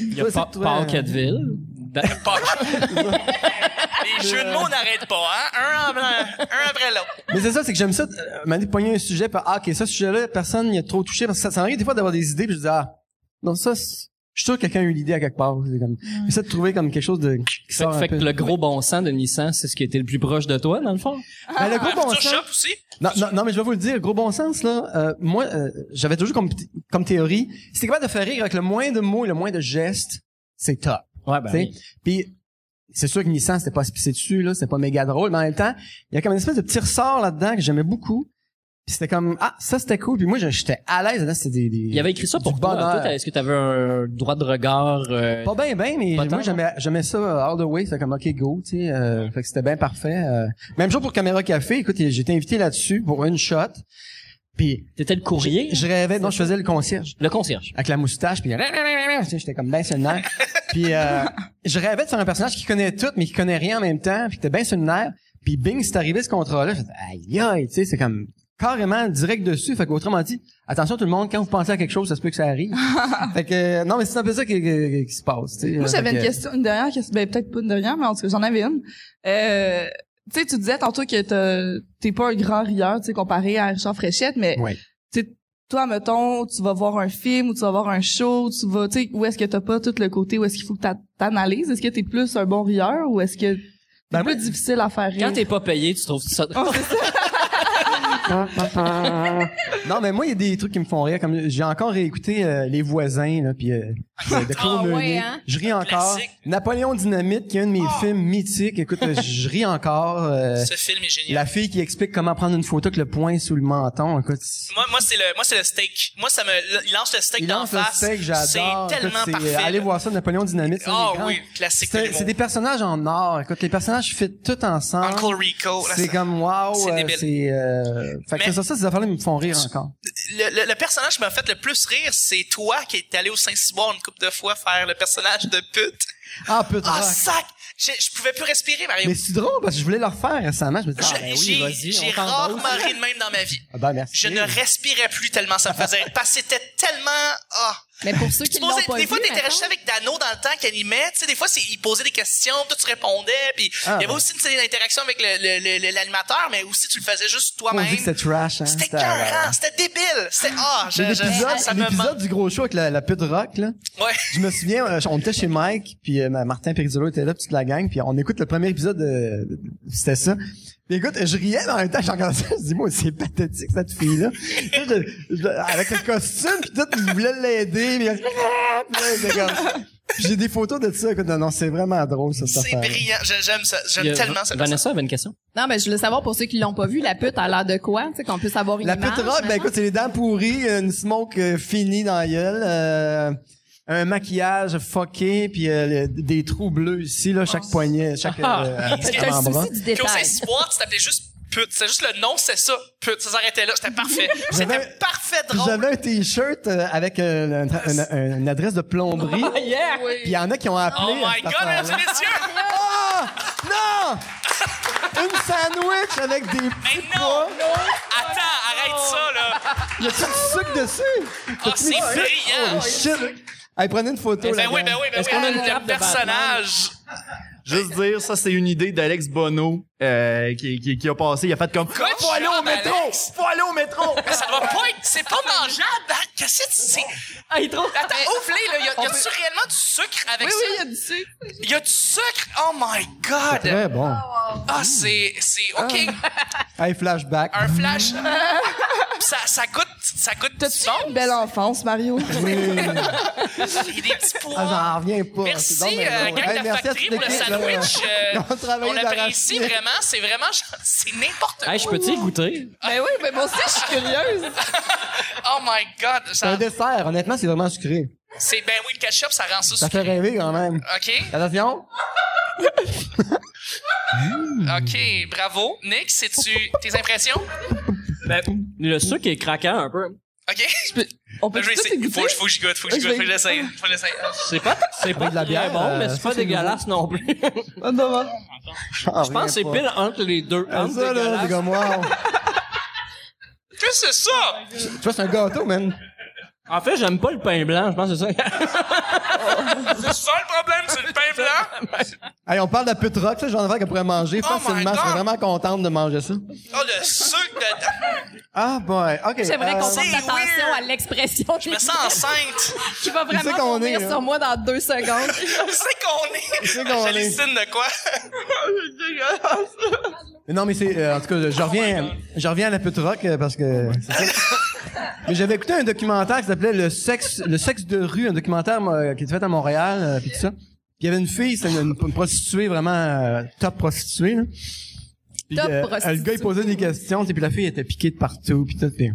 S6: Il y a
S4: Toi,
S6: pas
S4: c'est toi, euh,
S6: Paul Cadville. Da-
S2: Les jeux de mots n'arrêtent pas, hein? Un, en blanc, un après l'autre.
S4: euh, Mais c'est ça, c'est que j'aime ça, euh, m'aller pogner un sujet, puis ah, ok, ça, ce sujet-là, personne n'y a trop touché, parce que ça, ça arrive des fois d'avoir des idées, puis je dis, ah, non, ça, c'est- je suis sûr que quelqu'un a eu l'idée à quelque part. C'est comme, J'essaie de trouver comme quelque chose de, qui
S6: Fait,
S4: sort un
S6: fait que
S4: peu.
S6: le gros bon sens de Nissan, c'est ce qui était le plus proche de toi, dans le fond.
S4: Ben, le gros bon
S2: Future
S4: sens-
S2: Shop aussi?
S4: Non, non, non, mais je vais vous le dire, gros bon sens, là. euh, moi, euh, j'avais toujours comme, comme théorie, si t'es capable de faire rire avec le moins de mots et le moins de gestes, c'est top.
S6: Ouais, ben
S4: T'sais,
S6: oui.
S4: Puis c'est sûr que Nissan, c'était pas spicé dessus, là, c'était pas méga drôle, mais en même temps, il y a comme une espèce de petit ressort là-dedans que j'aimais beaucoup. Puis c'était comme ah ça c'était cool. Puis moi je- j'étais à l'aise là, c'était des, des-
S6: Il avait écrit ça
S4: du
S6: pour toi.
S4: bonheur.
S6: Toi, t'as- Est-ce que t'avais un droit de regard? euh,
S4: pas bien bien, mais
S6: Pas tant,
S4: moi j'aimais j'aimais ça euh, all the way, c'était comme ok go, tu sais, euh, fait que c'était bien parfait. euh. Même jour pour Caméra Café, écoute, j'étais invité là-dessus pour une shot. Puis
S6: T'étais le courrier?
S4: je rêvais, non, je faisais le concierge.
S6: Le concierge.
S4: avec la moustache puis tu sais, j'étais comme ben sur le nerf. puis euh, je rêvais de faire un personnage qui connaît tout mais qui connaît rien en même temps puis qui était ben sur le nerf puis bing c'est arrivé ce contrat là j'ai fait aïe aïe tu sais c'est comme carrément direct dessus fait qu'autrement dit attention tout le monde quand vous pensez à quelque chose ça se peut que ça arrive fait que euh, non mais c'est un peu ça qui, qui- qui se passe tu sais
S5: Moi, j'avais
S4: Fait
S5: une
S4: que-
S5: question, une dernière question. Ben, peut-être pas une dernière, mais en tout cas, j'en avais une. Euh, tu sais, tu disais tantôt que t'as- t'es pas un grand rieur, tu sais, comparé à Richard Fréchette, mais
S4: Ouais.
S5: tu sais, toi, mettons, tu vas voir un film ou tu vas voir un show, tu vas, tu sais, où est-ce que t'as pas tout le côté, où est-ce qu'il faut que t'a- t'analyses? Est-ce que t'es plus un bon rieur ou est-ce que c'est
S4: Ben,
S5: plus difficile à faire rire?
S6: Quand t'es pas payé, tu trouves ça...
S2: Ah,
S4: non mais moi il y a des trucs qui me font rire comme j'ai encore réécouté euh, les voisins là puis euh, de, de Claude
S7: Ah, ouais,
S4: Meunier.
S7: hein?
S4: je ris encore
S2: Classique. Ah!
S4: Napoléon Dynamite qui est un de mes films mythiques écoute euh, je ris encore euh,
S2: Ce film est génial.
S4: La fille qui explique comment prendre une photo avec le poing sous le menton, écoute. c'est-
S2: Moi, moi c'est le, moi c'est le steak. Moi, ça me, il lance le steak
S4: Il
S2: d'en
S4: lance le
S2: face.
S4: steak, j'adore.
S2: C'est
S4: écoute,
S2: tellement
S4: c'est- euh,
S2: parfait.
S4: Allez
S2: là.
S4: voir ça, Napoléon Dynamite. c'est un
S2: Ah
S4: des grands.
S2: oui, classique. de
S4: C'est c'est
S2: l'humour.
S4: des personnages en or. Écoute, les personnages fit tout ensemble.
S2: Uncle Rico. là,
S4: c'est
S2: ça-
S4: comme wow,
S2: c'est
S4: euh,
S2: débile.
S4: c'est euh, fait que
S2: Mais-
S4: c'est ça, ça, ces affaires-là me font rire encore.
S2: le, le, le personnage qui m'a fait le plus rire, c'est toi qui est allé au Saint-Cyboire une couple de fois faire le personnage de pute.
S4: Ah putain.
S2: Ah, sac! Je, je pouvais plus respirer, Mario.
S4: mais c'est drôle parce que je voulais le refaire récemment. Je me dis, ah,
S2: Je-
S4: ben oui,
S2: j'ai
S4: vas-y,
S2: j'ai
S4: on t'en
S2: rarement
S4: dose.
S2: ri de même dans ma vie.
S4: Ah, ben, merci.
S2: Je ne respirais plus tellement ça me faisait rire. Parce que c'était tellement... Ah.
S7: Mais pour ceux
S2: Tu
S7: qui l'ont
S2: posais-
S7: pas
S2: des fois,
S7: vu,
S2: t'interagissais avec Dano dans le temps qu'il animait. Tu sais, des fois, c'est- il posait des questions, toi, tu répondais. Puis,
S4: Ah,
S2: il y avait
S4: ouais.
S2: aussi une série d'interaction avec le- le- le- le- l'animateur, mais aussi, tu le faisais juste
S4: On dit
S2: toi-même.
S4: que c'était
S2: C'était
S4: trash. Hein,
S2: écœurant, c'était débile. C'était, ah, je- je-
S4: L'épisode,
S2: ça me manque.
S4: l'épisode du gros show avec la, la pute rock, là.
S2: Ouais.
S4: Je me souviens, euh, on était chez Mike, puis euh, ma- Martin Perizzolo était là, puis toute la gang, puis on écoute le premier épisode, de- de- c'était ça. Puis écoute, je riais, mais en même temps, j'en regardais ça, je dis, moi, c'est pathétique, cette fille-là. Puis là, je- je- avec le costume, puis tout, je voulais l'aider, mais... puis là, j'étais comme- Puis j'ai des photos de ça, écoute, non, non, c'est vraiment drôle, ça, cette
S2: C'est
S4: affaire.
S2: brillant. Je- J'aime ça.
S6: Il y a-
S2: J'aime tellement ça.
S6: Vanessa avait une question.
S7: Non, ben, je voulais savoir pour ceux qui l'ont pas vu, la pute a l'air de quoi? Tu sais, qu'on puisse avoir une
S4: La
S7: image.
S4: pute rock, ben
S7: maintenant.
S4: écoute, c'est les dents pourries, une smoke euh, finie dans la gueule, euh, un maquillage fucké, puis euh, le-
S7: Oh.
S4: des trous bleus ici, là, chaque poignet, chaque euh,
S6: Ah.
S4: euh,
S2: C'est
S7: C'est un
S4: avant-bras.
S7: souci du
S2: Puis au
S7: détail.
S2: Saint-Cyboire, tu t'appelais juste
S3: pute. C'est juste le nom, c'est ça. Pute. Ça s'arrêtait là. C'était parfait. C'était
S4: J'avais-
S3: parfait
S4: Puis
S3: drôle.
S4: j'avais un t-shirt euh, avec euh, un tra- un- un- une adresse de plomberie.
S6: Ah, yeah!
S4: Puis il y en a qui ont appelé.
S3: Oh
S4: à
S3: my
S4: cette
S3: god,
S4: affaire-là.
S3: mesdames et messieurs!
S4: Ah! Non! Une sandwich avec des
S3: Mais
S4: petits
S3: non!
S4: pois.
S3: Attends, arrête ça, là!
S4: Y a-tu du sucre dessus?
S3: Oh,
S4: T'as-tu
S3: c'est
S4: mis du sucre?
S3: brillant!
S4: Holy shit! Allez, prenez une photo,
S3: Ben
S4: la
S3: oui,
S4: gang.
S3: ben oui, ben oui!
S6: Est-ce qu'on a une
S3: quel
S6: cape de
S3: personnage?
S2: Juste dire, ça, c'est une idée d'Alex Bono euh, qui, qui, qui a passé. Il a fait comme...
S3: Good
S2: Faut aller au
S3: job,
S2: métro!
S3: Alex!
S2: Faut aller au métro!
S3: Mais Ah, ça va pas être... C'est pas mangeable! hein? Qu'est-ce que c'est?
S6: Ah, il est trop...
S3: Attends, ouvre-les, là! Y a- Y a-tu réellement du sucre avec
S5: Oui,
S3: ça?
S5: oui, il y a du sucre.
S3: Y a du sucre? Oh my god!
S4: Très Eh, bon.
S3: Ah, c'est... C'est... OK!
S5: Ah.
S4: Hey, flashback.
S3: Un flash... ça, ça goûte... Ça goûte du
S5: T'as-tu une
S3: bon.
S5: belle enfance, Mario?
S3: Il y a des petits pois.
S4: Ah, j'en reviens pas.
S3: Merci,
S4: C'est donc bien
S3: euh,
S4: drôle.
S3: gang de la
S4: merci à
S3: factory
S4: toute
S3: pour le
S4: l'équipe, là.
S3: sandwich. Euh,
S4: Ils ont travaillé
S3: on
S4: de la
S3: apprécie
S4: racine.
S3: vraiment. C'est vraiment... C'est n'importe quoi.
S6: Hey, je peux-tu y goûter?
S5: ben oui, mais moi aussi, je suis curieuse.
S3: Oh my god!
S4: C'est un
S3: Ça,
S4: dessert. Honnêtement, c'est vraiment sucré.
S3: c'est... Ben oui, le ketchup, ça rend ça...
S4: Ça
S3: sucré.
S4: fait rêver quand même.
S3: OK?
S4: Attention.
S3: OK, bravo. Nick, c'est-tu tes impressions?
S6: Ben, le sucre est craquant un peu.
S3: OK? Ben,
S5: On peut
S3: Je vais
S5: tout
S3: essayer.
S5: goûter?
S3: Faut que je faut que je goûte, faut que je
S5: Oui, je
S3: goûte, faut
S5: vais-
S3: que j'essaye. Faut que j'essaye.
S6: C'est pas, c'est pas
S4: de la
S6: très
S4: bière,
S6: bon, mais
S4: euh,
S6: c'est
S4: ça,
S6: pas
S4: c'est
S6: dégueulasse non plus. je
S5: Ah, non, non.
S6: pense que c'est pile entre les deux. Entre
S4: Ah, ça, là, c'est
S6: dégueulasse.
S4: comme wow.
S3: Qu'est-ce que c'est ça?
S4: Tu vois, c'est un gâteau, man.
S6: En fait, j'aime pas le pain blanc, je pense que c'est ça.
S3: C'est ça le problème, c'est le pain blanc?
S4: Hey, on parle de pute rock, ça, j'en ai qu'elle pourrait manger
S3: Oh my
S4: facilement.
S3: God.
S4: Je suis vraiment contente de manger ça.
S3: Oh, le sucre dedans.
S4: Ah, boy. OK.
S7: J'aimerais qu'on fasse
S3: c'est
S7: attention
S3: weird.
S7: à l'expression
S3: Je me sens enceinte.
S7: qui va
S4: sait
S7: vraiment
S4: qu'on
S7: tomber
S4: est, hein. là.
S7: sur moi dans deux secondes.
S3: C'est qu'on est.
S4: C'est qu'on est.
S3: J'hallucine de quoi?
S4: Mais Non, mais c'est. euh, en tout cas, je reviens, je reviens à la pute rock euh, parce que. c'est ça. mais j'avais écouté un documentaire qui s'appelait Le sexe, le sexe de rue, un documentaire moi, qui était fait à Montréal, euh, puis tout ça. Puis il y avait une fille, c'était une, une prostituée vraiment euh, top prostituée. Là. Puis,
S7: Top
S4: euh,
S7: prostituée.
S4: Le gars il posait des questions, puis la fille était piquée de partout, puis tout. Puis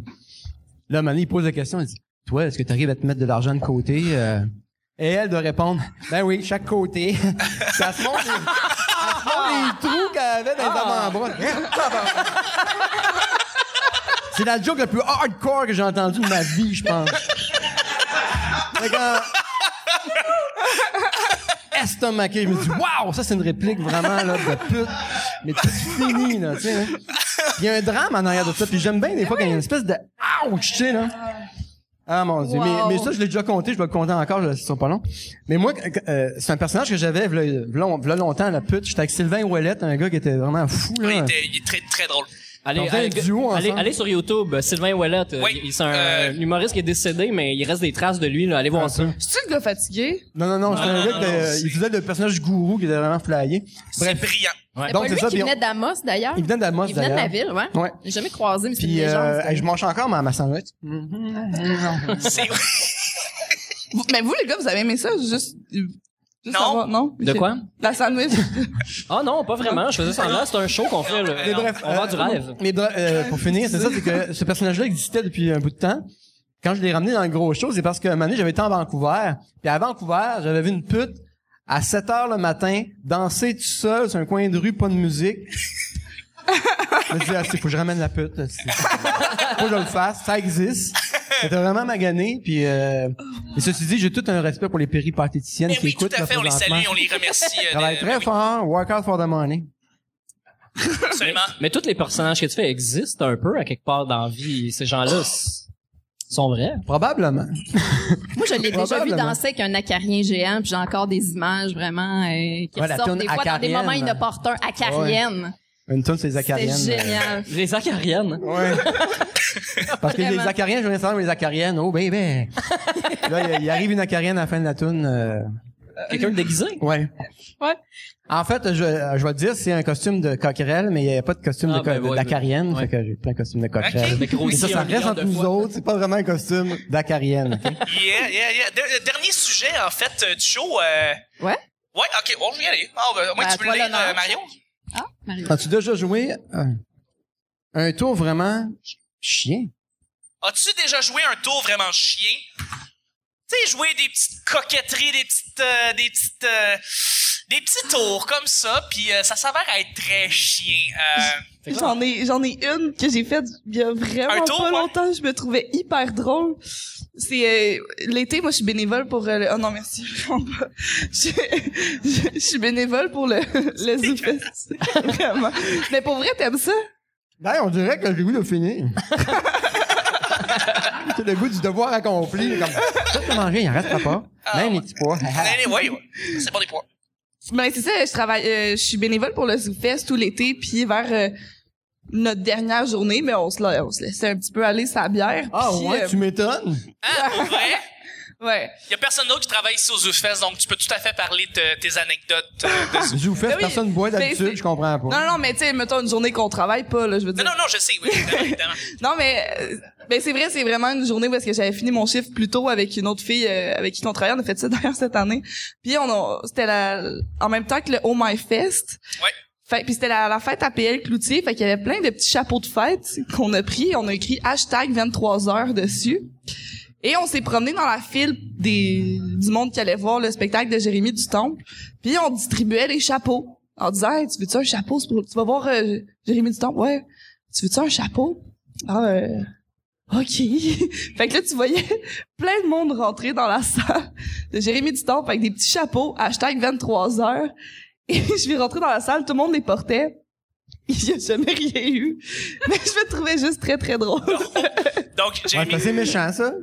S4: là, Mané, il pose la question, il dit, toi, est-ce que tu arrives à te mettre de l'argent de côté euh? Et elle doit répondre, ben oui, chaque côté. Puis elle se montre les- elle se montre les trous qu'elle avait dans les avant-bras. C'est la joke la plus hardcore que j'ai entendue de ma vie, je pense. Fait que, euh, Estomaqué, je me dis, waouh, ça c'est une réplique vraiment là, de pute. Mais tout fini, là, tu sais. hein. Il y a un drame en arrière de ça, puis j'aime bien des fois quand il y a une espèce de ouch, tu sais, là. Ah mon dieu,
S7: Wow.
S4: mais, mais ça je l'ai déjà compté, je vais le compter encore, je- ce sera pas long. Mais moi, euh, c'est un personnage que j'avais v'là, v'là- v'là longtemps, la pute. J'étais avec Sylvain Ouellette, un gars qui était vraiment fou, là.
S3: Il était- il est très, très drôle.
S6: Allez,
S4: On fait un
S6: allez,
S4: duo
S6: allez,
S4: ensemble.
S6: allez sur YouTube, euh, Sylvain Ouellet. euh,
S3: Oui,
S6: il- C'est un
S3: euh,
S6: euh, humoriste qui est décédé, mais il reste des traces de lui. Là. Allez voir ça.
S5: C'est-tu le gars fatigué?
S4: Non, non, non, c'était un
S3: Ah, non,
S4: gars
S3: non,
S4: qui était-
S3: non, c'est-
S4: il faisait le personnage gourou qui était vraiment flyé.
S3: C'est
S4: Bref,
S3: brillant.
S7: C'est
S4: Donc,
S7: Ah, pas
S4: c'est
S7: lui
S4: ça,
S7: qui
S4: puis on-
S7: venait d'Amos, d'ailleurs.
S4: il venait d'Amos,
S7: Ah, Il venait de
S4: d'ailleurs.
S7: la ville, ouais.
S4: Ouais.
S7: J'ai jamais croisé, mais c'est une
S4: Puis euh,
S7: légende.
S4: hey, je mange encore ma, ma sandwich.
S3: C'est
S5: Vous- Mais vous, les gars, vous avez aimé ça? Juste. euh, juste
S3: Non.
S5: savoir- non?
S6: De
S5: Ok.
S6: quoi?
S5: La sandwich.
S6: Ah non, pas vraiment. Je faisais semblant. C'est un show qu'on fait. Là.
S4: Mais bref,
S6: on vend du
S4: euh,
S6: rêve.
S4: Mais bref, euh, pour finir, c'est ça, c'est que ce personnage-là existait depuis un bout de temps. Quand je l'ai ramené dans le gros show, c'est parce que un moment donné, j'avais été en Vancouver. Puis à Vancouver, j'avais vu une pute à 7 heures le matin danser tout seul sur un coin de rue, pas de musique. je me suis dit, ah, c'est- faut que je ramène la pute. c'est- faut que je le fasse. Ça existe. C'était vraiment magané. Puis, euh, mais ceci dit, j'ai tout un respect pour les péripatéticiennes
S3: Mais
S4: qui
S3: Eh oui, tout
S4: écoutent.
S3: à
S4: là,
S3: fait. On les
S4: présentement.
S3: salue, on les remercie. euh,
S4: Travaillent
S3: de-
S4: très
S3: oui,
S4: fort. Work out for the money.
S3: Absolument.
S6: Mais tous les personnages que tu fais existent un peu à quelque part dans la vie. Ces gens-là s- sont vrais.
S4: Probablement.
S7: Moi, je l'ai déjà vu
S4: Probablement.
S7: danser avec un acarien géant, puis j'ai encore des images vraiment euh, qui
S4: Ouais, la
S7: ressortent des
S4: toune
S7: fois dans des
S4: acarienne.
S7: moments inopportuns. Acarienne.
S4: Une tonne, c'est les
S7: C'était
S4: acariennes.
S7: génial.
S6: Les acariennes.
S4: Ouais. Parce que les
S7: Vraiment.
S4: acariens, je voulais savoir les acariennes. Oh, baby. là, il- il arrive une acarienne à la fin de la toune. euh,
S6: Quelqu'un de déguisé.
S4: Ouais.
S5: Ouais.
S4: En fait, je, je vais te dire, c'est un costume de coquerelle, mais il n'y a pas de costume
S6: Ah,
S4: de co-
S6: ben ouais,
S4: d'acarienne.
S6: ouais.
S4: Fait que j'ai plein de costumes de coquerelle.
S3: Ok.
S6: Mais
S4: Mais
S6: grossi
S4: ça, ça
S6: un
S4: reste
S6: milliard
S4: entre
S6: de
S4: nous
S6: fois.
S4: autres. C'est pas vraiment un costume d'acarienne. ok?
S3: Yeah, yeah, yeah. De- dernier sujet, en fait, euh, du show. euh,
S7: Ouais?
S3: Ouais, OK, on va y aller. Ah, ben, au moins,
S7: Ben,
S3: tu peux
S7: toi,
S3: le lire,
S7: l'honneur.
S3: euh, Mario.
S7: Ah, Mario.
S4: As-tu déjà joué
S6: euh,
S4: un, un tour vraiment chien?
S3: As-tu déjà joué un tour vraiment chien? Tu sais, jouer des petites coquetteries, des petites, euh, des petites, euh, des petits tours comme ça, puis euh, ça s'avère à être très chiant. Euh,
S6: Fait que là,
S5: J'en ai, j'en ai une que j'ai faite il y a
S3: Un
S5: vraiment
S3: tour,
S5: pas
S3: ouais.
S5: longtemps. Je me trouvais hyper drôle. C'est euh, l'été, moi je suis bénévole pour euh, le... Oh non merci, je comprends pas. Je, je- je suis bénévole pour le le ZooFest. vraiment. Mais pour vrai, t'aimes ça
S4: Ben, on dirait que j'ai le goût de finir. C'est le goût du devoir accompli. Comme, ça, t'as mangé, il en restera pas. Même les petits pois.
S3: mais ouais, ouais. c'est bon des points.
S5: Ben c'est ça, je travaille, euh, je suis bénévole pour le ZooFest tout l'été, puis vers euh, notre dernière journée, mais on se, la- on se laissait un petit peu aller sa bière.
S4: Ah
S5: puis,
S4: ouais,
S5: euh,
S4: tu m'étonnes.
S3: Hein, pour vrai?
S5: ouais.
S3: Il y a personne d'autre qui travaille ici aux Zoufest, donc tu peux tout à fait parler de tes anecdotes. euh, de-
S4: Je vous fais,
S5: Ben oui,
S4: personne boit
S5: c'est-
S4: d'habitude,
S5: c'est-
S4: je comprends pas.
S5: Non non, non, mais tu sais, mettons une journée qu'on travaille pas là, je veux dire.
S3: Non, non, non, je sais, oui, évidemment, évidemment.
S5: Non, mais euh, ben c'est vrai, c'est vraiment une journée où est-ce que j'avais fini mon chiffre plus tôt avec une autre fille euh, avec qui on travaillait. On a fait ça d'ailleurs cette année. Puis on a, c'était la, en même temps que le Oh My Fest.
S3: Ouais.
S5: Fait, puis c'était la, la fête à PL Cloutier. Fait qu'il y avait plein de petits chapeaux de fête qu'on a pris. On a écrit hashtag 23 heures dessus. Et on s'est promené dans la file des, du monde qui allait voir le spectacle de Jérémy du Temple. Puis on distribuait les chapeaux en disant hey, tu veux-tu un chapeau c'est pour- tu vas voir euh, Jérémy du Temple ouais tu veux-tu un chapeau ah euh, ok fait que là tu voyais plein de monde rentrer dans la salle de Jérémy du Temple avec des petits chapeaux hashtag 23 heures et je suis rentrée dans la salle tout le monde les portait il n'y a jamais rien eu mais je me trouvais juste très très drôle
S3: Donc,
S4: Ouais,
S3: Jamie,
S4: c'est assez méchant, ça.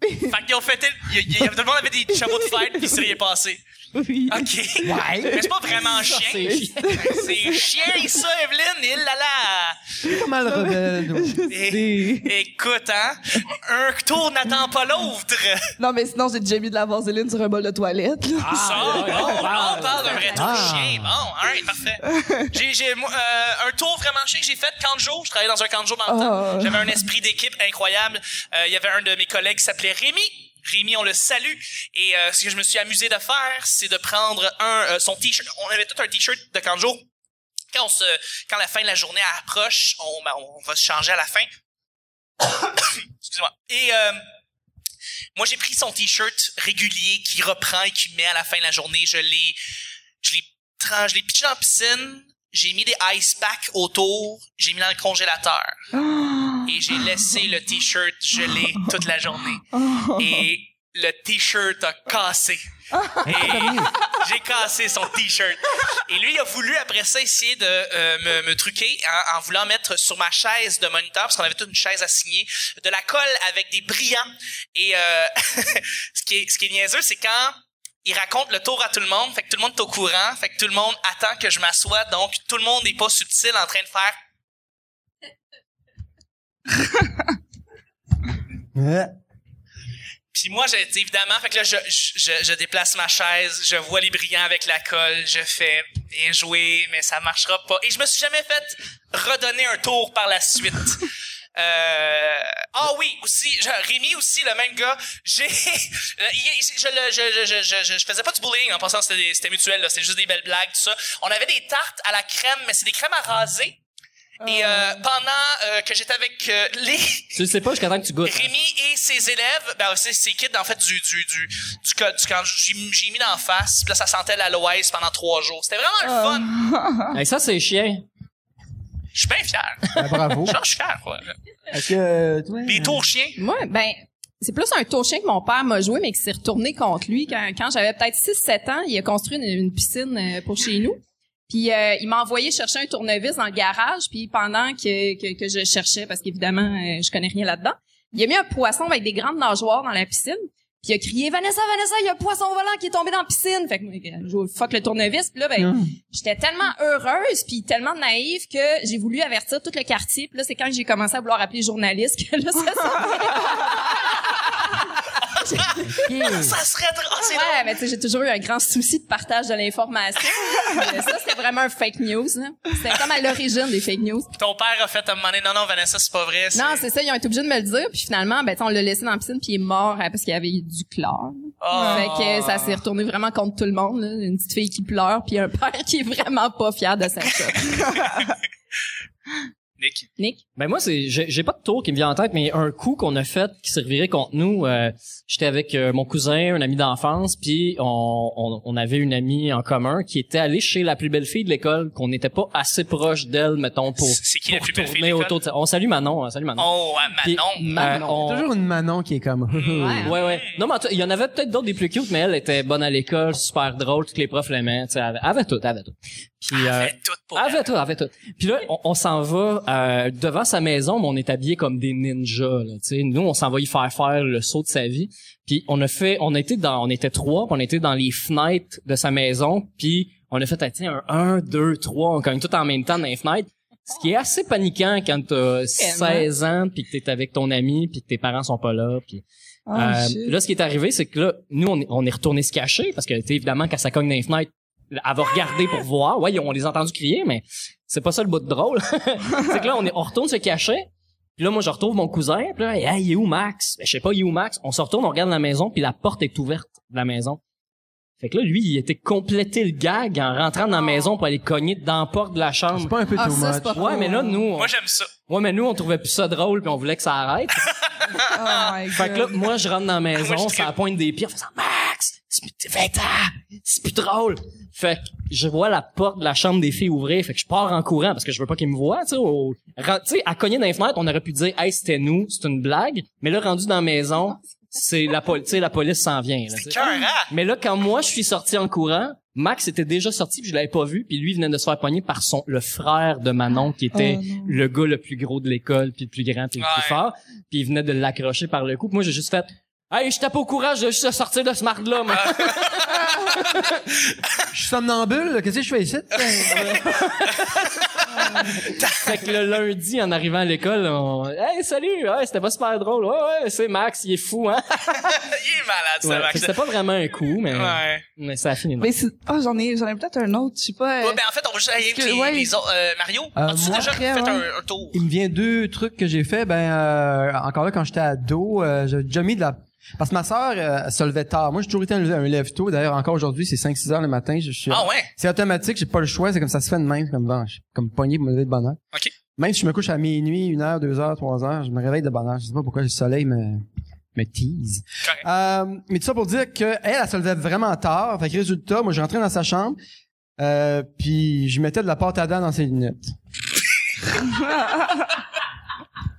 S3: fait qu'ils ont fêté, il y a- il y a- tout le monde avait des chapeaux de fête, puis c'est rien passé.
S5: oui
S3: OK. Mais c'est pas vraiment chien.
S6: c'est chiant.
S3: C'est chien, ça, Evelyne. Il là là.
S4: Comment le rebelle.
S3: É- Écoute, hein. Un tour n'attend pas l'autre.
S5: non mais sinon j'ai déjà mis de la vaseline sur un bol de toilette là.
S3: ça,
S6: ouais,
S3: Ah, bon,
S6: ouais,
S3: on
S6: ouais.
S3: parle d'un vrai tour
S4: Ah.
S3: chien. Bon, alright, parfait. J'ai, j'ai, moi, euh, un tour vraiment chien que j'ai fait camp de jour. Je travaillais dans un camp de jour dans le temps.
S5: Ah.
S3: J'avais un esprit d'équipe incroyable. Euh, Il y avait un de mes collègues qui s'appelait Rémi. Rémi, on le salue. Et euh, ce que je me suis amusé de faire, c'est de prendre un euh, son t-shirt. On avait tout un t-shirt de camp de jour. Quand, on se, quand la fin de la journée approche, on, ben, on va se changer à la fin. Excusez-moi. Et euh, moi, j'ai pris son t-shirt régulier qui reprend et qui met à la fin de la journée. Je l'ai, je l'ai, tra- je l'ai pitché dans la piscine. J'ai mis des ice packs autour. J'ai mis dans le congélateur. Et j'ai laissé le t-shirt gelé toute la journée. Et le t-shirt a cassé. Et j'ai cassé son t-shirt. Et lui, il a voulu après ça essayer de euh, me, me truquer en, en voulant mettre sur ma chaise de moniteur, parce qu'on avait toute une chaise assignée, de la colle avec des brillants. Et euh, ce, qui est, ce qui est niaiseux, c'est quand il raconte le tour à tout le monde, fait que tout le monde est au courant, fait que tout le monde attend que je m'assoie, donc tout le monde n'est pas subtil en train de faire
S4: Ouais.
S3: Puis moi, j'ai, t'sais, évidemment, fait que là, je, je, je- je déplace ma chaise, je vois les brillants avec la colle, je fais bien joué, mais ça marchera pas. Et je me suis jamais fait redonner un tour par la suite. Euh, ah oui, aussi, je- Rémi aussi, le même gars, j'ai, euh, il est- je, le- je, je, je, je, je faisais pas du bullying en pensant que c'était, des- c'était mutuel, là, c'était juste des belles blagues, tout ça. On avait des tartes à la crème, mais c'est des crèmes à raser. Et euh, pendant euh, que j'étais avec euh, les
S6: Tu le sais pas jusqu'à temps que tu goûtes. hein.
S3: Rémi et ses élèves, ben, c'est ses kids, en fait, du, du, du, du, co- du quand j'ai j'ai mis d'en face, puis là, ça sentait l'aloès pendant trois jours. C'était vraiment
S7: Ah.
S3: le fun.
S6: Hey, ça, c'est chien.
S3: Je suis bien fier.
S4: Ben, bravo.
S3: Genre, je suis fier, quoi.
S4: Est-ce
S7: euh,
S4: que, toi,
S3: Les tours chiens.
S7: Moi, ben, c'est plus un tour chien que mon père m'a joué, mais qui s'est retourné contre lui. Quand, quand j'avais peut-être 6-7 ans, il a construit une, une piscine euh, pour chez nous. Puis euh, il m'a envoyé chercher un tournevis dans le garage, puis pendant que, que, que je cherchais, parce qu'évidemment, euh, je connais rien là-dedans, il a mis un poisson avec des grandes nageoires dans la piscine. Puis il a crié « Vanessa, Vanessa, il y a un poisson volant qui est tombé dans la piscine! » Fait que moi, je vois, fuck le tournevis. Puis là, ben, j'étais tellement heureuse puis tellement naïve que j'ai voulu avertir tout le quartier. Puis là, c'est quand j'ai commencé à vouloir appeler les journalistes que là, ça s'est
S3: Ça serait drôle. Ah, c'est drôle.
S7: Ouais, mais tu sais, j'ai toujours eu un grand souci de partage de l'information. Mais ça, c'était vraiment un fake news. là. C'était comme à l'origine des fake news.
S3: Ton père a fait un moment donné, non, non, Vanessa, c'est pas vrai. c'est-
S7: Non, c'est ça, ils ont été obligés de me le dire. Puis finalement, ben, tu sais, on l'a laissé dans la piscine, puis il est mort hein, parce qu'il y avait eu du chlore.
S3: Ah.
S7: Fait que ça s'est retourné vraiment contre tout le monde. là. Une petite fille qui pleure, puis un père qui est vraiment pas fier de sa chose.
S3: Nick.
S7: Nick?
S6: Ben moi, c'est j'ai j'ai pas de tour qui me vient en tête, mais un coup qu'on a fait qui servirait contre nous, euh, j'étais avec euh, mon cousin, un ami d'enfance, puis on, on, on avait une amie en commun qui était allée chez la plus belle fille de l'école, qu'on n'était pas assez proche d'elle, mettons, pour,
S3: C'est qui la
S6: pour
S3: plus belle fille
S6: tourner
S3: de l'école?
S6: autour de... On salue Manon, on salue Manon.
S3: Oh, ah,
S6: Puis,
S3: Manon.
S6: euh, on-
S4: Toujours une Manon qui est comme.
S3: hein.
S7: Ouais.
S6: Ouais, ouais. Non, mais en tout- il y en avait peut-être d'autres des plus cute, mais elle était bonne à l'école, super drôle, tous les profs l'aimaient, tu sais, elle avait tout, elle avait tout. Puis, euh,
S3: Faites tout pour
S6: avait tout, avait tout. Puis là, on, on s'en va euh, devant sa maison, mais on est habillé comme des ninjas. Là, tu sais. Nous, on s'en va y faire faire le saut de sa vie. Puis on a fait, on était dans, on était trois, puis on était dans les fenêtres de sa maison. Puis on a fait ah, tiens, un, un, deux, trois, on cogne tout en même temps dans les fenêtres. Ce qui est assez paniquant quand t'as 16 ans, puis que t'es avec ton ami, puis que tes parents sont pas là. Puis
S5: Ah,
S6: euh,
S5: shit.
S6: là, ce qui est arrivé, c'est que là, nous, on est, on est retourné se cacher parce que, tu sais, évidemment, quand ça cogne dans les fenêtres, elle va regarder pour voir. Ouais, on les a entendus crier, mais c'est pas ça le bout de drôle. c'est que là, on, est, on retourne se cacher. Puis là, moi, je retrouve mon cousin. Puis là, hey, il est où Max? Ben, je sais pas, il est où Max? On se retourne, on regarde la maison, puis la porte est ouverte de la maison. Fait que là, lui, il était complété le gag en rentrant dans la maison pour aller cogner dans la porte de la
S4: C'est
S6: chambre.
S4: pas un peu
S7: Ah,
S4: too
S7: ça,
S4: much.
S7: c'est pas
S6: Ouais, mais
S5: Oh.
S6: là, nous, on,
S3: Moi, j'aime ça.
S6: ouais, mais nous, on trouvait plus ça drôle, puis on voulait que ça arrête.
S5: Oh my
S6: Fait que là,
S5: God.
S6: moi, je rentre dans la
S3: Moi,
S6: maison,
S3: je
S6: ça
S3: tripe.
S6: pointe des pieds en faisant Max, c'est plus- t'as 20 ans, c'est plus drôle. Fait que je vois la porte de la chambre des filles ouvrir, fait que je pars en courant parce que je veux pas qu'ils me voient, tu sais. au- ren- Tu sais, à cogner dans les fenêtres, on aurait pu dire, hey, c'était nous, c'est une blague. Mais là, rendu dans la maison, c'est la police, tu sais, la police s'en vient, là, tu sais.
S3: Cœur, hein?
S6: Mais là, quand moi, je suis sorti en courant, Max était déjà sorti, puis je l'avais pas vu, puis lui venait de se faire pogner par son le frère de Manon, qui était
S5: Oh, non.
S6: le gars le plus gros de l'école, puis le plus grand, puis le plus
S3: Ouais.
S6: fort, puis il venait de l'accrocher par le cou. Puis Moi, j'ai juste fait « Hey, je pas au courage de juste sortir de ce marde-là, moi.
S3: Ah.
S4: Je suis somnambule, là, qu'est-ce que je fais ici?
S6: Fait que le lundi, en arrivant à l'école, on « Hey, salut! Ouais, c'était pas super drôle. Ouais, ouais, c'est Max, il est fou, hein?
S3: Il est malade, ce
S6: Ouais, fait que
S3: Max.
S6: C'était pas vraiment un coup, mais,
S3: Ouais.
S6: mais ça a fini. de même.
S5: Mais c'est, ah, j'en ai, j'en ai peut-être un autre, je sais pas. euh,
S3: Ouais, ben, en fait, on va juste aller avec
S5: que-
S3: les,
S5: ouais.
S3: les autres. Euh, Mario,
S4: Euh,
S3: as-tu
S4: moi,
S3: déjà
S5: après,
S3: fait
S5: ouais.
S3: un, un tour?
S4: Il me vient deux trucs que j'ai fait. Ben, euh, encore là, quand j'étais ado, euh, j'ai déjà mis de la... Parce que ma sœur euh, se levait tard. Moi, j'ai toujours été un, un lève tôt. D'ailleurs, encore aujourd'hui, c'est 5-6 heures le matin. Je, suis
S3: Ah ouais?
S4: C'est automatique, j'ai pas le choix. C'est comme ça se fait de même, comme vanche. Comme pogné pour me lever de bonheur.
S3: Ok.
S4: Même si je me couche à minuit, une heure, deux heures, trois heures, je me réveille de bonheur. Je sais pas pourquoi le soleil me, me tease.
S3: Correct.
S4: Euh, mais tout ça pour dire que elle, elle se levait vraiment tard. Fait que résultat, moi, je rentrais dans sa chambre. Euh, puis je mettais de la pâte à dents dans ses lunettes.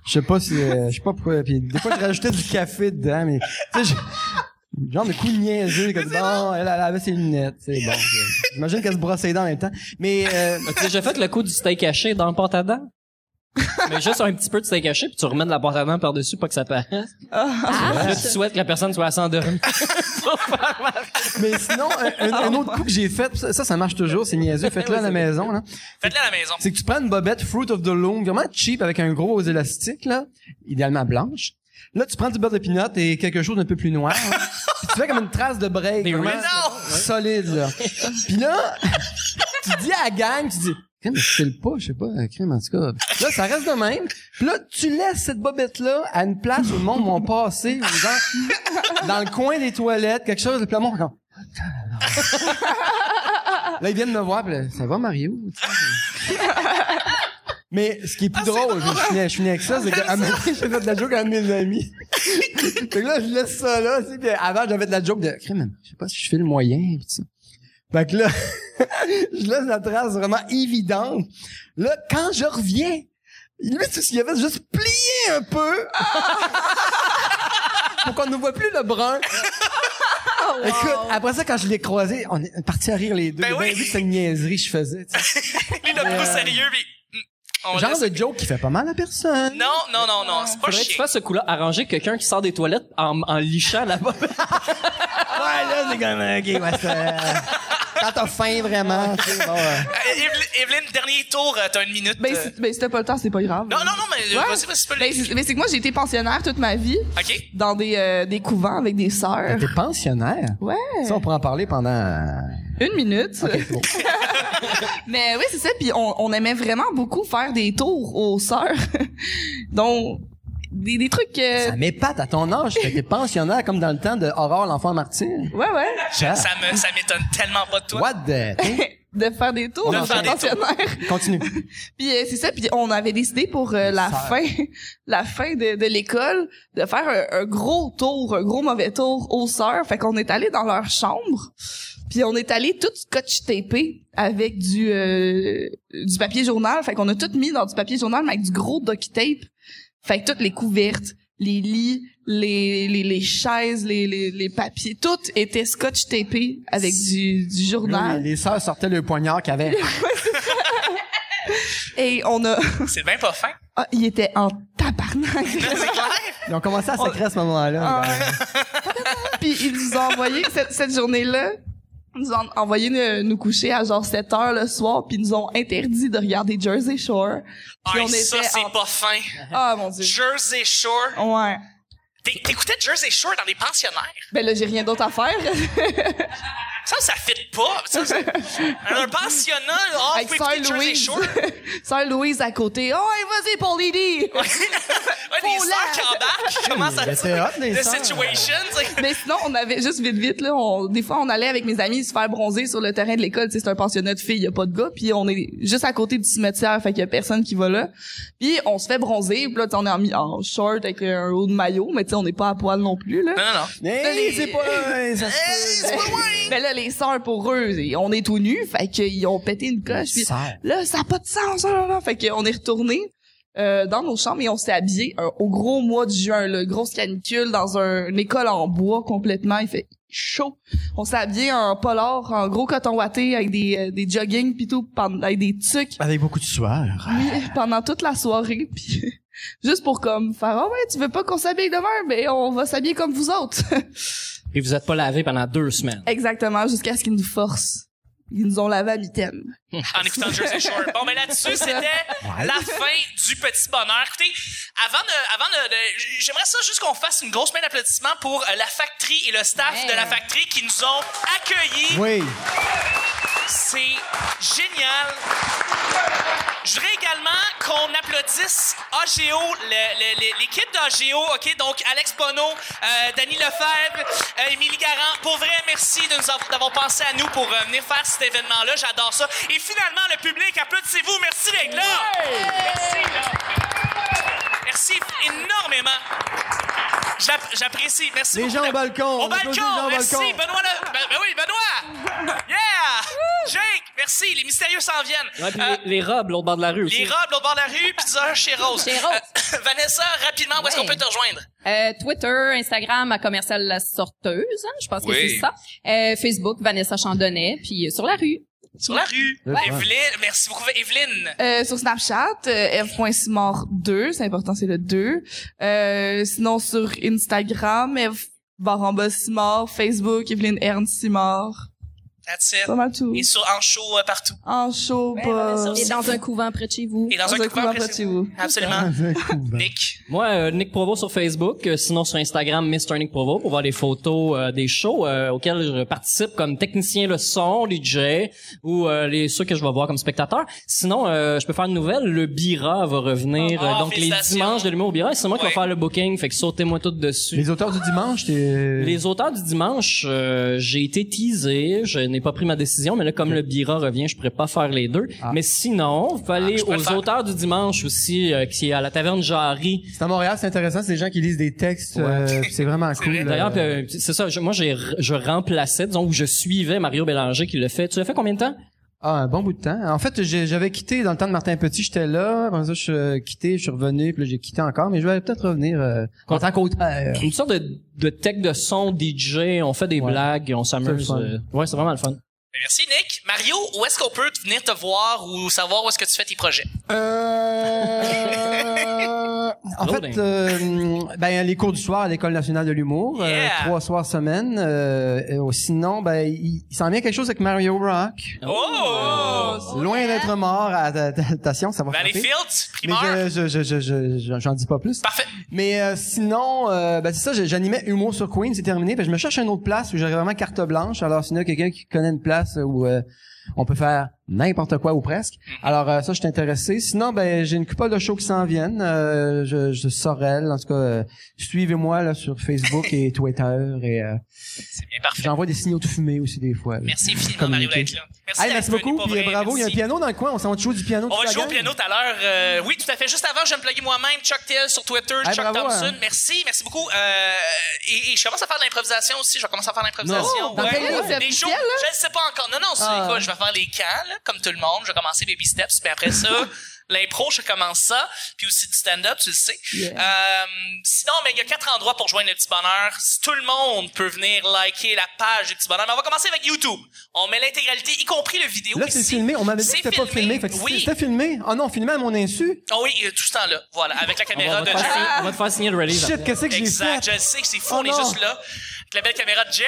S4: Je sais pas si, euh, je sais pas pourquoi. Puis des fois, je rajoutais du café dedans, mais tu sais, je- genre de coup niaiseux, comme bon, elle, elle avait ses lunettes, c'est bon. je- J'imagine qu'elle se brossait les dents en même temps. Mais euh,
S6: As-tu déjà fait le coup du steak haché dans le pâte à dents? Mais juste un petit peu de steak haché, puis tu remets de la pâte à dents par-dessus, pas que ça paraisse. Là, tu souhaites que la personne soit assez endormie.
S4: Mais sinon, un, un- un autre coup que j'ai fait, ça, ça marche toujours, c'est niaiseux, faites-le à la maison, là.
S3: Faites-le à la maison.
S4: C'est que tu prends une bobette Fruit of the Loom, vraiment cheap, avec un gros élastique, là, idéalement blanche. Là, tu prends du beurre de pinot et quelque chose d'un peu plus noir. là. Puis tu fais comme une trace de break.
S6: Des
S5: Ah,
S4: vraiment
S6: Ritz.
S4: solide, là. Puis là, tu dis à la gang, tu dis, crème, je file pas, je sais pas, crème, en tout cas. Là, ça reste de même. Puis là, tu laisses cette bobette-là à une place où le monde va passer, ou genre, dans le coin des toilettes, quelque chose, puis le monde, comme, Ah, Là, ils viennent me voir, puis là, ça va, Mario? Tu sais, Mais ce qui
S3: Ah,
S4: est plus drôle, je finis, je finis avec ça, c'est qu'à un moment donné, j'ai fait de la joke à un de mes amis. fait que là, je laisse ça là, tu sais, puis avant, j'avais de la joke de, crème, je sais pas si je fais le moyen, pis ça. Fait que là, je laisse la trace vraiment évidente. Là, quand je reviens, lui, tout ce qu'il avait, c'est juste plier un peu. pour qu'on ne voit plus le brun. Écoute, après ça, quand je l'ai croisé, on est parti à rire les deux.
S3: Oh, Ben
S4: J'ai bien
S3: oui.
S4: vu que c'était une niaiserie que je faisais. tu sais.
S3: Lui, le
S5: Euh,
S3: plus sérieux, puis... Mm, on va
S4: Genre
S3: laisser-
S4: de joke qui fait pas mal à personne.
S3: Non, non, non, non, c'est pas
S6: Faudrait que tu
S3: chiant.
S6: fasses ce coup-là, arranger quelqu'un qui sort des toilettes en, en lichant la bas
S4: Ouais, là, c'est comme, euh, ok, ouais, c'est- Quand t'as faim vraiment, tu sais, bon, euh,
S3: Euh, Evely- Evelyne, dernier tour, euh, t'as une minute.
S5: Ben,
S3: euh.
S5: si, ben, si t'as pas le temps, c'est pas grave.
S3: Non, non, non, mais euh,
S5: Ouais.
S3: vas-y, vas-y, c'est pas le...
S5: Ben, c'est, ben, c'est que moi, j'ai été pensionnaire toute ma vie,
S3: OK.
S5: dans des, euh, des couvents avec des sœurs.
S4: T'es pensionnaire.
S5: Ouais.
S4: Ça, on pourrait en parler pendant. euh,
S5: Une minute.
S4: bon.
S5: Mais oui, c'est ça. Puis on, on aimait vraiment beaucoup faire des tours aux sœurs. Donc, des, des trucs. euh,
S4: Ça m'épate à ton âge, t'es pensionnaire comme dans le temps de Aurore l'enfant martyr.
S5: ouais, ouais.
S3: Ça me, ça m'étonne tellement pas de toi.
S4: What the...
S5: de faire des tours
S4: De
S5: dans
S3: faire
S5: le
S3: des tours.
S5: pensionnaire.
S4: Continue.
S5: Puis euh, c'est ça, puis on avait décidé pour euh, la
S4: Ça-
S5: fin la fin de, de l'école de faire un, un gros tour, un gros mauvais tour aux sœurs. Fait qu'on est allé dans leur chambre. Puis on est allé tout scotch tapé avec du euh, du papier journal. Fait qu'on a tout mis dans du papier journal mais avec du gros duct tape. Fait que toutes les couvertes, les lits, les les, les chaises, les, les les papiers, tout était scotch tapé avec du du
S4: Là,
S5: journal.
S4: les sœurs sortaient le poignard qu'il y avait.
S5: Et on a
S3: C'est bien pas fin.
S5: Ah, il était en tabarnak.
S4: Ils ont commencé à sacrer à ce moment-là. Ben,
S5: Ah. Puis ils nous ont envoyé cette, cette journée-là. Ils nous ont envoyé ne- nous, coucher à genre 7 heures le soir, puis ils nous ont interdit de regarder Jersey Shore. Puis
S3: Aïe,
S5: on
S3: ça,
S5: était
S3: c'est
S5: en-
S3: pas fin.
S5: Ah mon dieu.
S3: Jersey Shore.
S5: Ouais.
S3: T'é- T'écoutais Jersey Shore dans les pensionnaires?
S5: Ben là, j'ai rien d'autre à faire.
S3: Ça, ça fit pas. Ça, ça- Un pensionnat, oh,
S5: Avec
S3: vous
S5: Sœur
S3: écoutez Jersey
S5: Louise.
S3: Shore.
S5: Sœur Louise à côté. Oh, hey, vas-y, Paul Lady!
S3: Ouais, les
S5: Faut
S3: sœurs qui embarquent commencent à
S4: Ils étaient hot, les
S3: The
S4: sœurs.
S3: situation, tu sais.
S5: Mais sinon, on avait juste vite vite là, on- des fois on allait avec mes amis se faire bronzer sur le terrain de l'école, tu sais, c'est un pensionnat de filles, y a pas de gars, puis on est juste à côté du cimetière, fait qu'il y a personne qui va là. Puis on se fait bronzer, puis là tu sais, on est en, mi- en short avec un haut de maillot, mais tu sais on n'est pas à poil non plus là.
S3: Non, non, non.
S4: Hey, c'est pas... ça se peut.
S5: Mais là les sœurs pour eux, on est tout nus, fait qu'ils ont pété une coche. puis-
S4: Sœurs.
S5: là ça a pas de sens là, là, là. fait qu'on est retourné euh, dans nos chambres et on s'est habillé euh, au gros mois de juin le grosse canicule dans un- une école en bois complètement il fait chaud on s'est habillé en polar en gros coton watté avec des euh, des jogging pis tout pendant- avec des tucs
S9: Avec beaucoup de sueur.
S5: oui, pendant toute la soirée puis juste pour comme faire ah ouais tu veux pas qu'on s'habille demain mais on va s'habiller comme vous autres
S6: Et vous êtes pas lavé pendant deux semaines.
S5: exactement jusqu'à ce qu'ils nous forcent ils nous ont lavé à mitaine
S3: En écoutant Jersey Shore. Bon, mais là-dessus, c'était la fin du petit bonheur. Écoutez, avant de, avant de, de- j'aimerais ça juste qu'on fasse une grosse main d'applaudissements pour euh, la factory et le staff
S7: Ouais.
S3: de la factory qui nous ont accueillis.
S4: Oui.
S3: C'est génial. Je voudrais également qu'on applaudisse AGO, le- le- le- l'équipe d'AGO, OK? Donc, Alex Bono, euh, Danny Lefebvre, euh, Émilie Garant. Pour vrai, merci de nous avoir- d'avoir pensé à nous pour euh, venir faire cet événement-là. J'adore ça. Et finalement, le public, applaudissez-vous. Merci d'être là. Merci, là. Merci énormément. J'app- J'apprécie. Merci
S4: Les
S3: beaucoup
S4: gens au
S3: d'app-
S4: balcon.
S3: Au balcon.
S4: Applaudis les gens au
S3: Merci,
S4: balcon.
S3: Benoît. Le... Ben, ben oui, Benoît. Yeah. Jake, merci. Les mystérieux s'en viennent.
S6: Ouais, puis
S3: Euh,
S6: les, les robes, l'autre bord de la rue aussi.
S3: les robes, l'autre bord de la rue, pizza chez Rose.
S7: Chez Rose.
S3: Euh, Vanessa, rapidement, où est-ce qu'on
S7: Ouais.
S3: peut te rejoindre?
S7: Euh, Twitter, Instagram, à commercial la sorteuse, hein, je pense que
S3: Oui.
S7: c'est ça. Euh, Facebook, Vanessa Chandonnet, puis euh, sur la rue.
S3: Sur la rue.
S7: Ouais.
S3: Evelyne, merci beaucoup. Evelyne.
S5: Euh, sur Snapchat, euh, f.simard2, c'est important, c'est le 2. Euh, sinon, sur Instagram, F. Baramba Simard, Facebook, Evelyne Ernst Simard.
S3: That's it.
S4: Oh.
S5: Pas mal tout.
S3: Et sur en show euh, partout.
S5: En show,
S3: Ouais,
S5: pas...
S3: Vanessa aussi.
S7: Et dans un couvent près de chez vous.
S3: Et dans, un couvent, près de chez vous.
S4: Ah,
S3: Absolument.
S4: Hein?
S3: Nick.
S6: Moi, euh, Nick Provo sur Facebook, euh, sinon sur Instagram, Mr. Nick Provo, pour voir les photos euh, des shows euh, auxquels je participe comme technicien le son, DJ, ou euh, les ceux que je vais voir comme spectateur. Sinon, euh, je peux faire une nouvelle, le Bira va revenir,
S3: Ah,
S6: euh, donc les
S3: félicitations.
S6: dimanches de l'humour au Bira, et c'est moi qui
S3: Ouais.
S6: vais faire le booking, fait que sautez-moi tout dessus.
S4: Les auteurs du dimanche, t'es...
S6: Les auteurs du dimanche, euh, j'ai été teasé, je n'ai pas pris ma décision, mais là, comme le Bira revient, je pourrais pas faire les deux. Mais sinon, vous pouvez aller
S3: Ah, je peux le
S6: aux
S3: faire.
S6: auteurs du dimanche aussi, euh, qui est à la taverne Jarry.
S4: C'est à Montréal, c'est intéressant, c'est des gens qui lisent des textes, euh, c'est vraiment cool.
S3: vrai.
S6: D'ailleurs, euh,
S4: euh,
S6: c'est ça, je- moi, j'ai, je remplaçais, disons, ou je suivais Mario Bélanger qui le fait. Tu l'as fait combien de temps?
S4: Ah, un bon bout de temps. En fait, j'ai- j'avais quitté dans le temps de Martin Petit, j'étais là, après ça, je suis euh, quitté, je suis revenu, puis là, j'ai quitté encore, mais je vais peut-être revenir euh, en tant qu'auteur.
S6: Une sorte de, de tech de son, DJ, on fait des
S4: Ouais.
S6: blagues, on s'amuse.
S4: C'est le fun.
S6: euh, ouais, c'est vraiment le fun.
S3: Ben, Merci, Nick. Mario, où est-ce qu'on peut venir te voir ou savoir où est-ce que tu fais tes projets?
S4: Euh, en
S6: Loading.
S4: fait,
S3: hein.
S4: euh, ben, les cours du soir à l'École nationale de l'humour, euh,
S3: Yeah.
S4: trois soirs semaine. Euh, et, oh, sinon, ben, il, il s'en vient quelque chose avec Mario Rock.
S3: Oh! Ben,
S4: Loin d'être mort à ta, ta- ta station, ça va frapper.
S3: Valleyfield,
S4: Mais
S3: primeur.
S4: je, je, je, je, je- j'en dis pas plus.
S3: Parfait.
S4: Mais euh, sinon, euh, ben, c'est ça, j'ai- j'animais Humour sur Queen, c'est terminé. Ben, je me cherche une autre place où j'aurais vraiment carte blanche. Alors, s'il y en a quelqu'un qui connaît une place où euh, on peut faire n'importe quoi ou presque. Alors euh, ça, je suis intéressé. Sinon, ben j'ai une coupole de shows qui s'en viennent. Euh, je, je Sorel, en tout cas, euh, suivez-moi là sur Facebook et Twitter et euh,
S3: C'est bien Eh, parfait.
S4: j'envoie des signaux de fumée aussi des fois. là.
S3: Merci infiniment, Mario,
S4: Communiquer.
S3: d'être là. Merci,
S4: Hey,
S3: d'être
S4: merci
S3: venu,
S4: beaucoup,
S3: pour
S4: puis
S3: vrai,
S4: euh, bravo. Il y a un
S3: merci.
S4: piano dans le coin, on s'en va jouer du piano.
S3: On
S4: toute
S3: va
S4: la
S3: jouer au
S4: gang.
S3: piano tout à l'heure. Euh, oui, tout à fait. Juste avant, je me plugger moi-même. Chuck Till sur Twitter,
S4: Ah,
S3: Chuck
S4: bravo,
S3: Thompson.
S4: hein.
S3: Merci, merci beaucoup. Euh, et, et je commence à faire de l'improvisation aussi. Je vais commencer à faire de l'improvisation.
S4: Non, t'as fait là,
S5: c'est
S3: Des shows,
S5: officiel, là?
S3: je ne sais pas encore. Non, non, c'est
S4: Ah.
S3: quoi? Je vais faire les camps, là, comme tout le monde. Je vais commencer Baby Steps, mais après ça... L'impro, je commence ça, puis aussi du stand-up, tu le sais. Euh, sinon, mais il y a quatre endroits pour joindre le petit bonheur. Si Tout le monde peut venir liker la page du petit bonheur. Mais on va commencer avec YouTube. On met l'intégralité, y compris le vidéo.
S4: Là, c'est
S3: ici.
S4: filmé. On m'avait dit que
S3: C'est
S4: c'était pas filmé. Fait que
S3: Oui.
S4: C'était filmé. Ah non, filmé à mon insu.
S3: Ah oui, euh, tout ce temps-là. Voilà, avec la
S6: On va,
S3: caméra
S6: on va
S3: de
S6: te faire,
S3: Jer.
S6: signer- on va te faire signer le release.
S4: Shit, qu'est-ce que j'ai
S3: Exact,
S4: fait?
S3: je le sais que c'est fou,
S4: Oh
S3: on est
S4: non.
S3: juste là. Avec la belle caméra de Jer.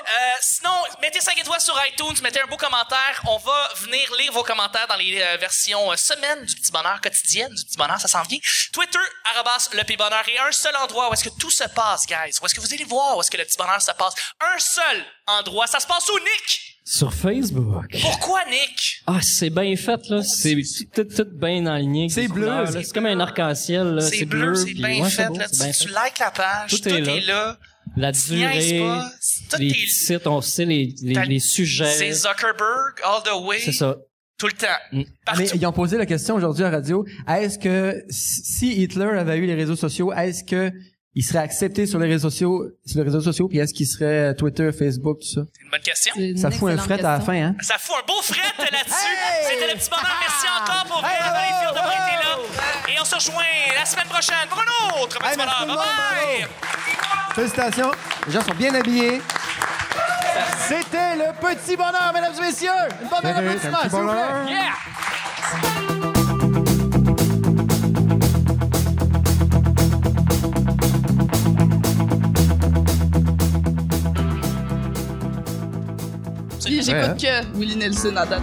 S3: Euh, sinon, mettez 5 étoiles sur iTunes, mettez un beau commentaire. On va venir lire vos commentaires dans les euh, versions euh, semaines du Petit Bonheur, quotidienne du Petit Bonheur, ça s'en vient. Twitter, arrobas le Petit Bonheur. Et un seul endroit où est-ce que tout se passe, guys. Où est-ce que vous allez voir où est-ce que le Petit Bonheur se passe. Un seul endroit. Ça se passe où, Nick?
S6: Sur Facebook.
S3: Pourquoi, Nick?
S6: Ah, c'est bien fait, là. C'est tout, tout bien aligné.
S4: C'est
S6: les
S4: bleu.
S6: couleurs, là.
S4: C'est
S6: C'est comme un arc-en-ciel, là.
S3: C'est bleu, c'est
S6: puis-
S3: bien
S6: ouais, c'est
S3: fait.
S6: beau,
S3: là.
S6: c'est bien
S3: tu,
S6: fait.
S3: tu likes la page, tout,
S6: Tout
S3: est
S6: est
S3: là.
S6: La
S3: niaises
S6: durée,
S3: pas, c'est- tout
S6: les
S3: est-
S6: titres, on sait les, les,
S3: T'as-
S6: les sujets.
S3: C'est Zuckerberg, all the way.
S6: C'est ça.
S3: Tout le temps.
S6: Mm.
S3: Partout.
S4: Mais ils ont posé la question aujourd'hui à la radio. Est-ce que si Hitler avait eu les réseaux sociaux, est-ce que il serait accepté sur les réseaux sociaux, sur les réseaux sociaux, puis est-ce qu'il serait euh, Twitter, Facebook, tout ça?
S3: C'est une bonne question.
S4: Ça fout un fret à la fin, hein?
S3: Ça fout un beau fret là-dessus.
S4: Hey!
S3: C'était le petit moment. Merci encore pour venir
S4: Hey,
S3: avant les filles
S4: bravo,
S3: d'avoir été là. Et on se rejoint la semaine prochaine pour un autre petit
S4: Hey, merci
S3: bonheur.
S4: tout le
S3: Bye
S4: monde,
S3: bye!
S4: Félicitations. Les gens sont bien habillés.
S10: C'était le petit bonheur, mesdames et messieurs. Une bonne
S4: Salut,
S10: applaudissement,
S4: un
S10: s'il
S4: petit
S10: vous plaît.
S4: bonheur.
S5: Puis j'écoute que Willie Nelson à date.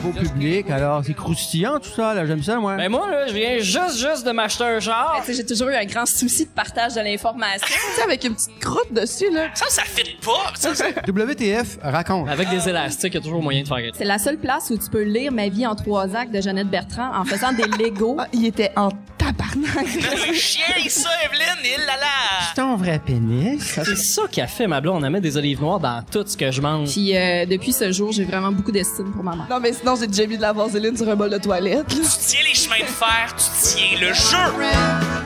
S4: Beau public. Alors, c'est croustillant, tout ça, là. J'aime ça, moi.
S6: Ben moi, là, je viens juste, juste de m'acheter un
S7: Ah,
S6: char.
S7: tu sais, J'ai toujours eu un grand souci de partage de l'information.
S5: Tu sais, avec une petite croûte dessus, là.
S3: Ça, ça fit pas. Ça, ça-
S4: WTF, raconte.
S6: Avec des élastiques, il y a toujours moyen de faire quelque chose.
S7: C'est la seule place où tu peux lire Ma vie en trois actes de Jeannette Bertrand en faisant des Legos.
S5: Ah, il était en tabarnak.
S3: le chien, il ça, Evelyne, il la la.
S4: C'est un vrai pénis.
S6: C'est ça qu'a fait ma blonde. On met des olives noires dans tout ce que je mange.
S7: Puis euh, depuis ce jour, j'ai vraiment beaucoup d'estime pour ma mère.
S5: non, mais sinon, j'ai déjà mis de la vaseline sur un bol de toilette. là.
S3: Tu tiens les chemins de fer, tu tiens le jeu.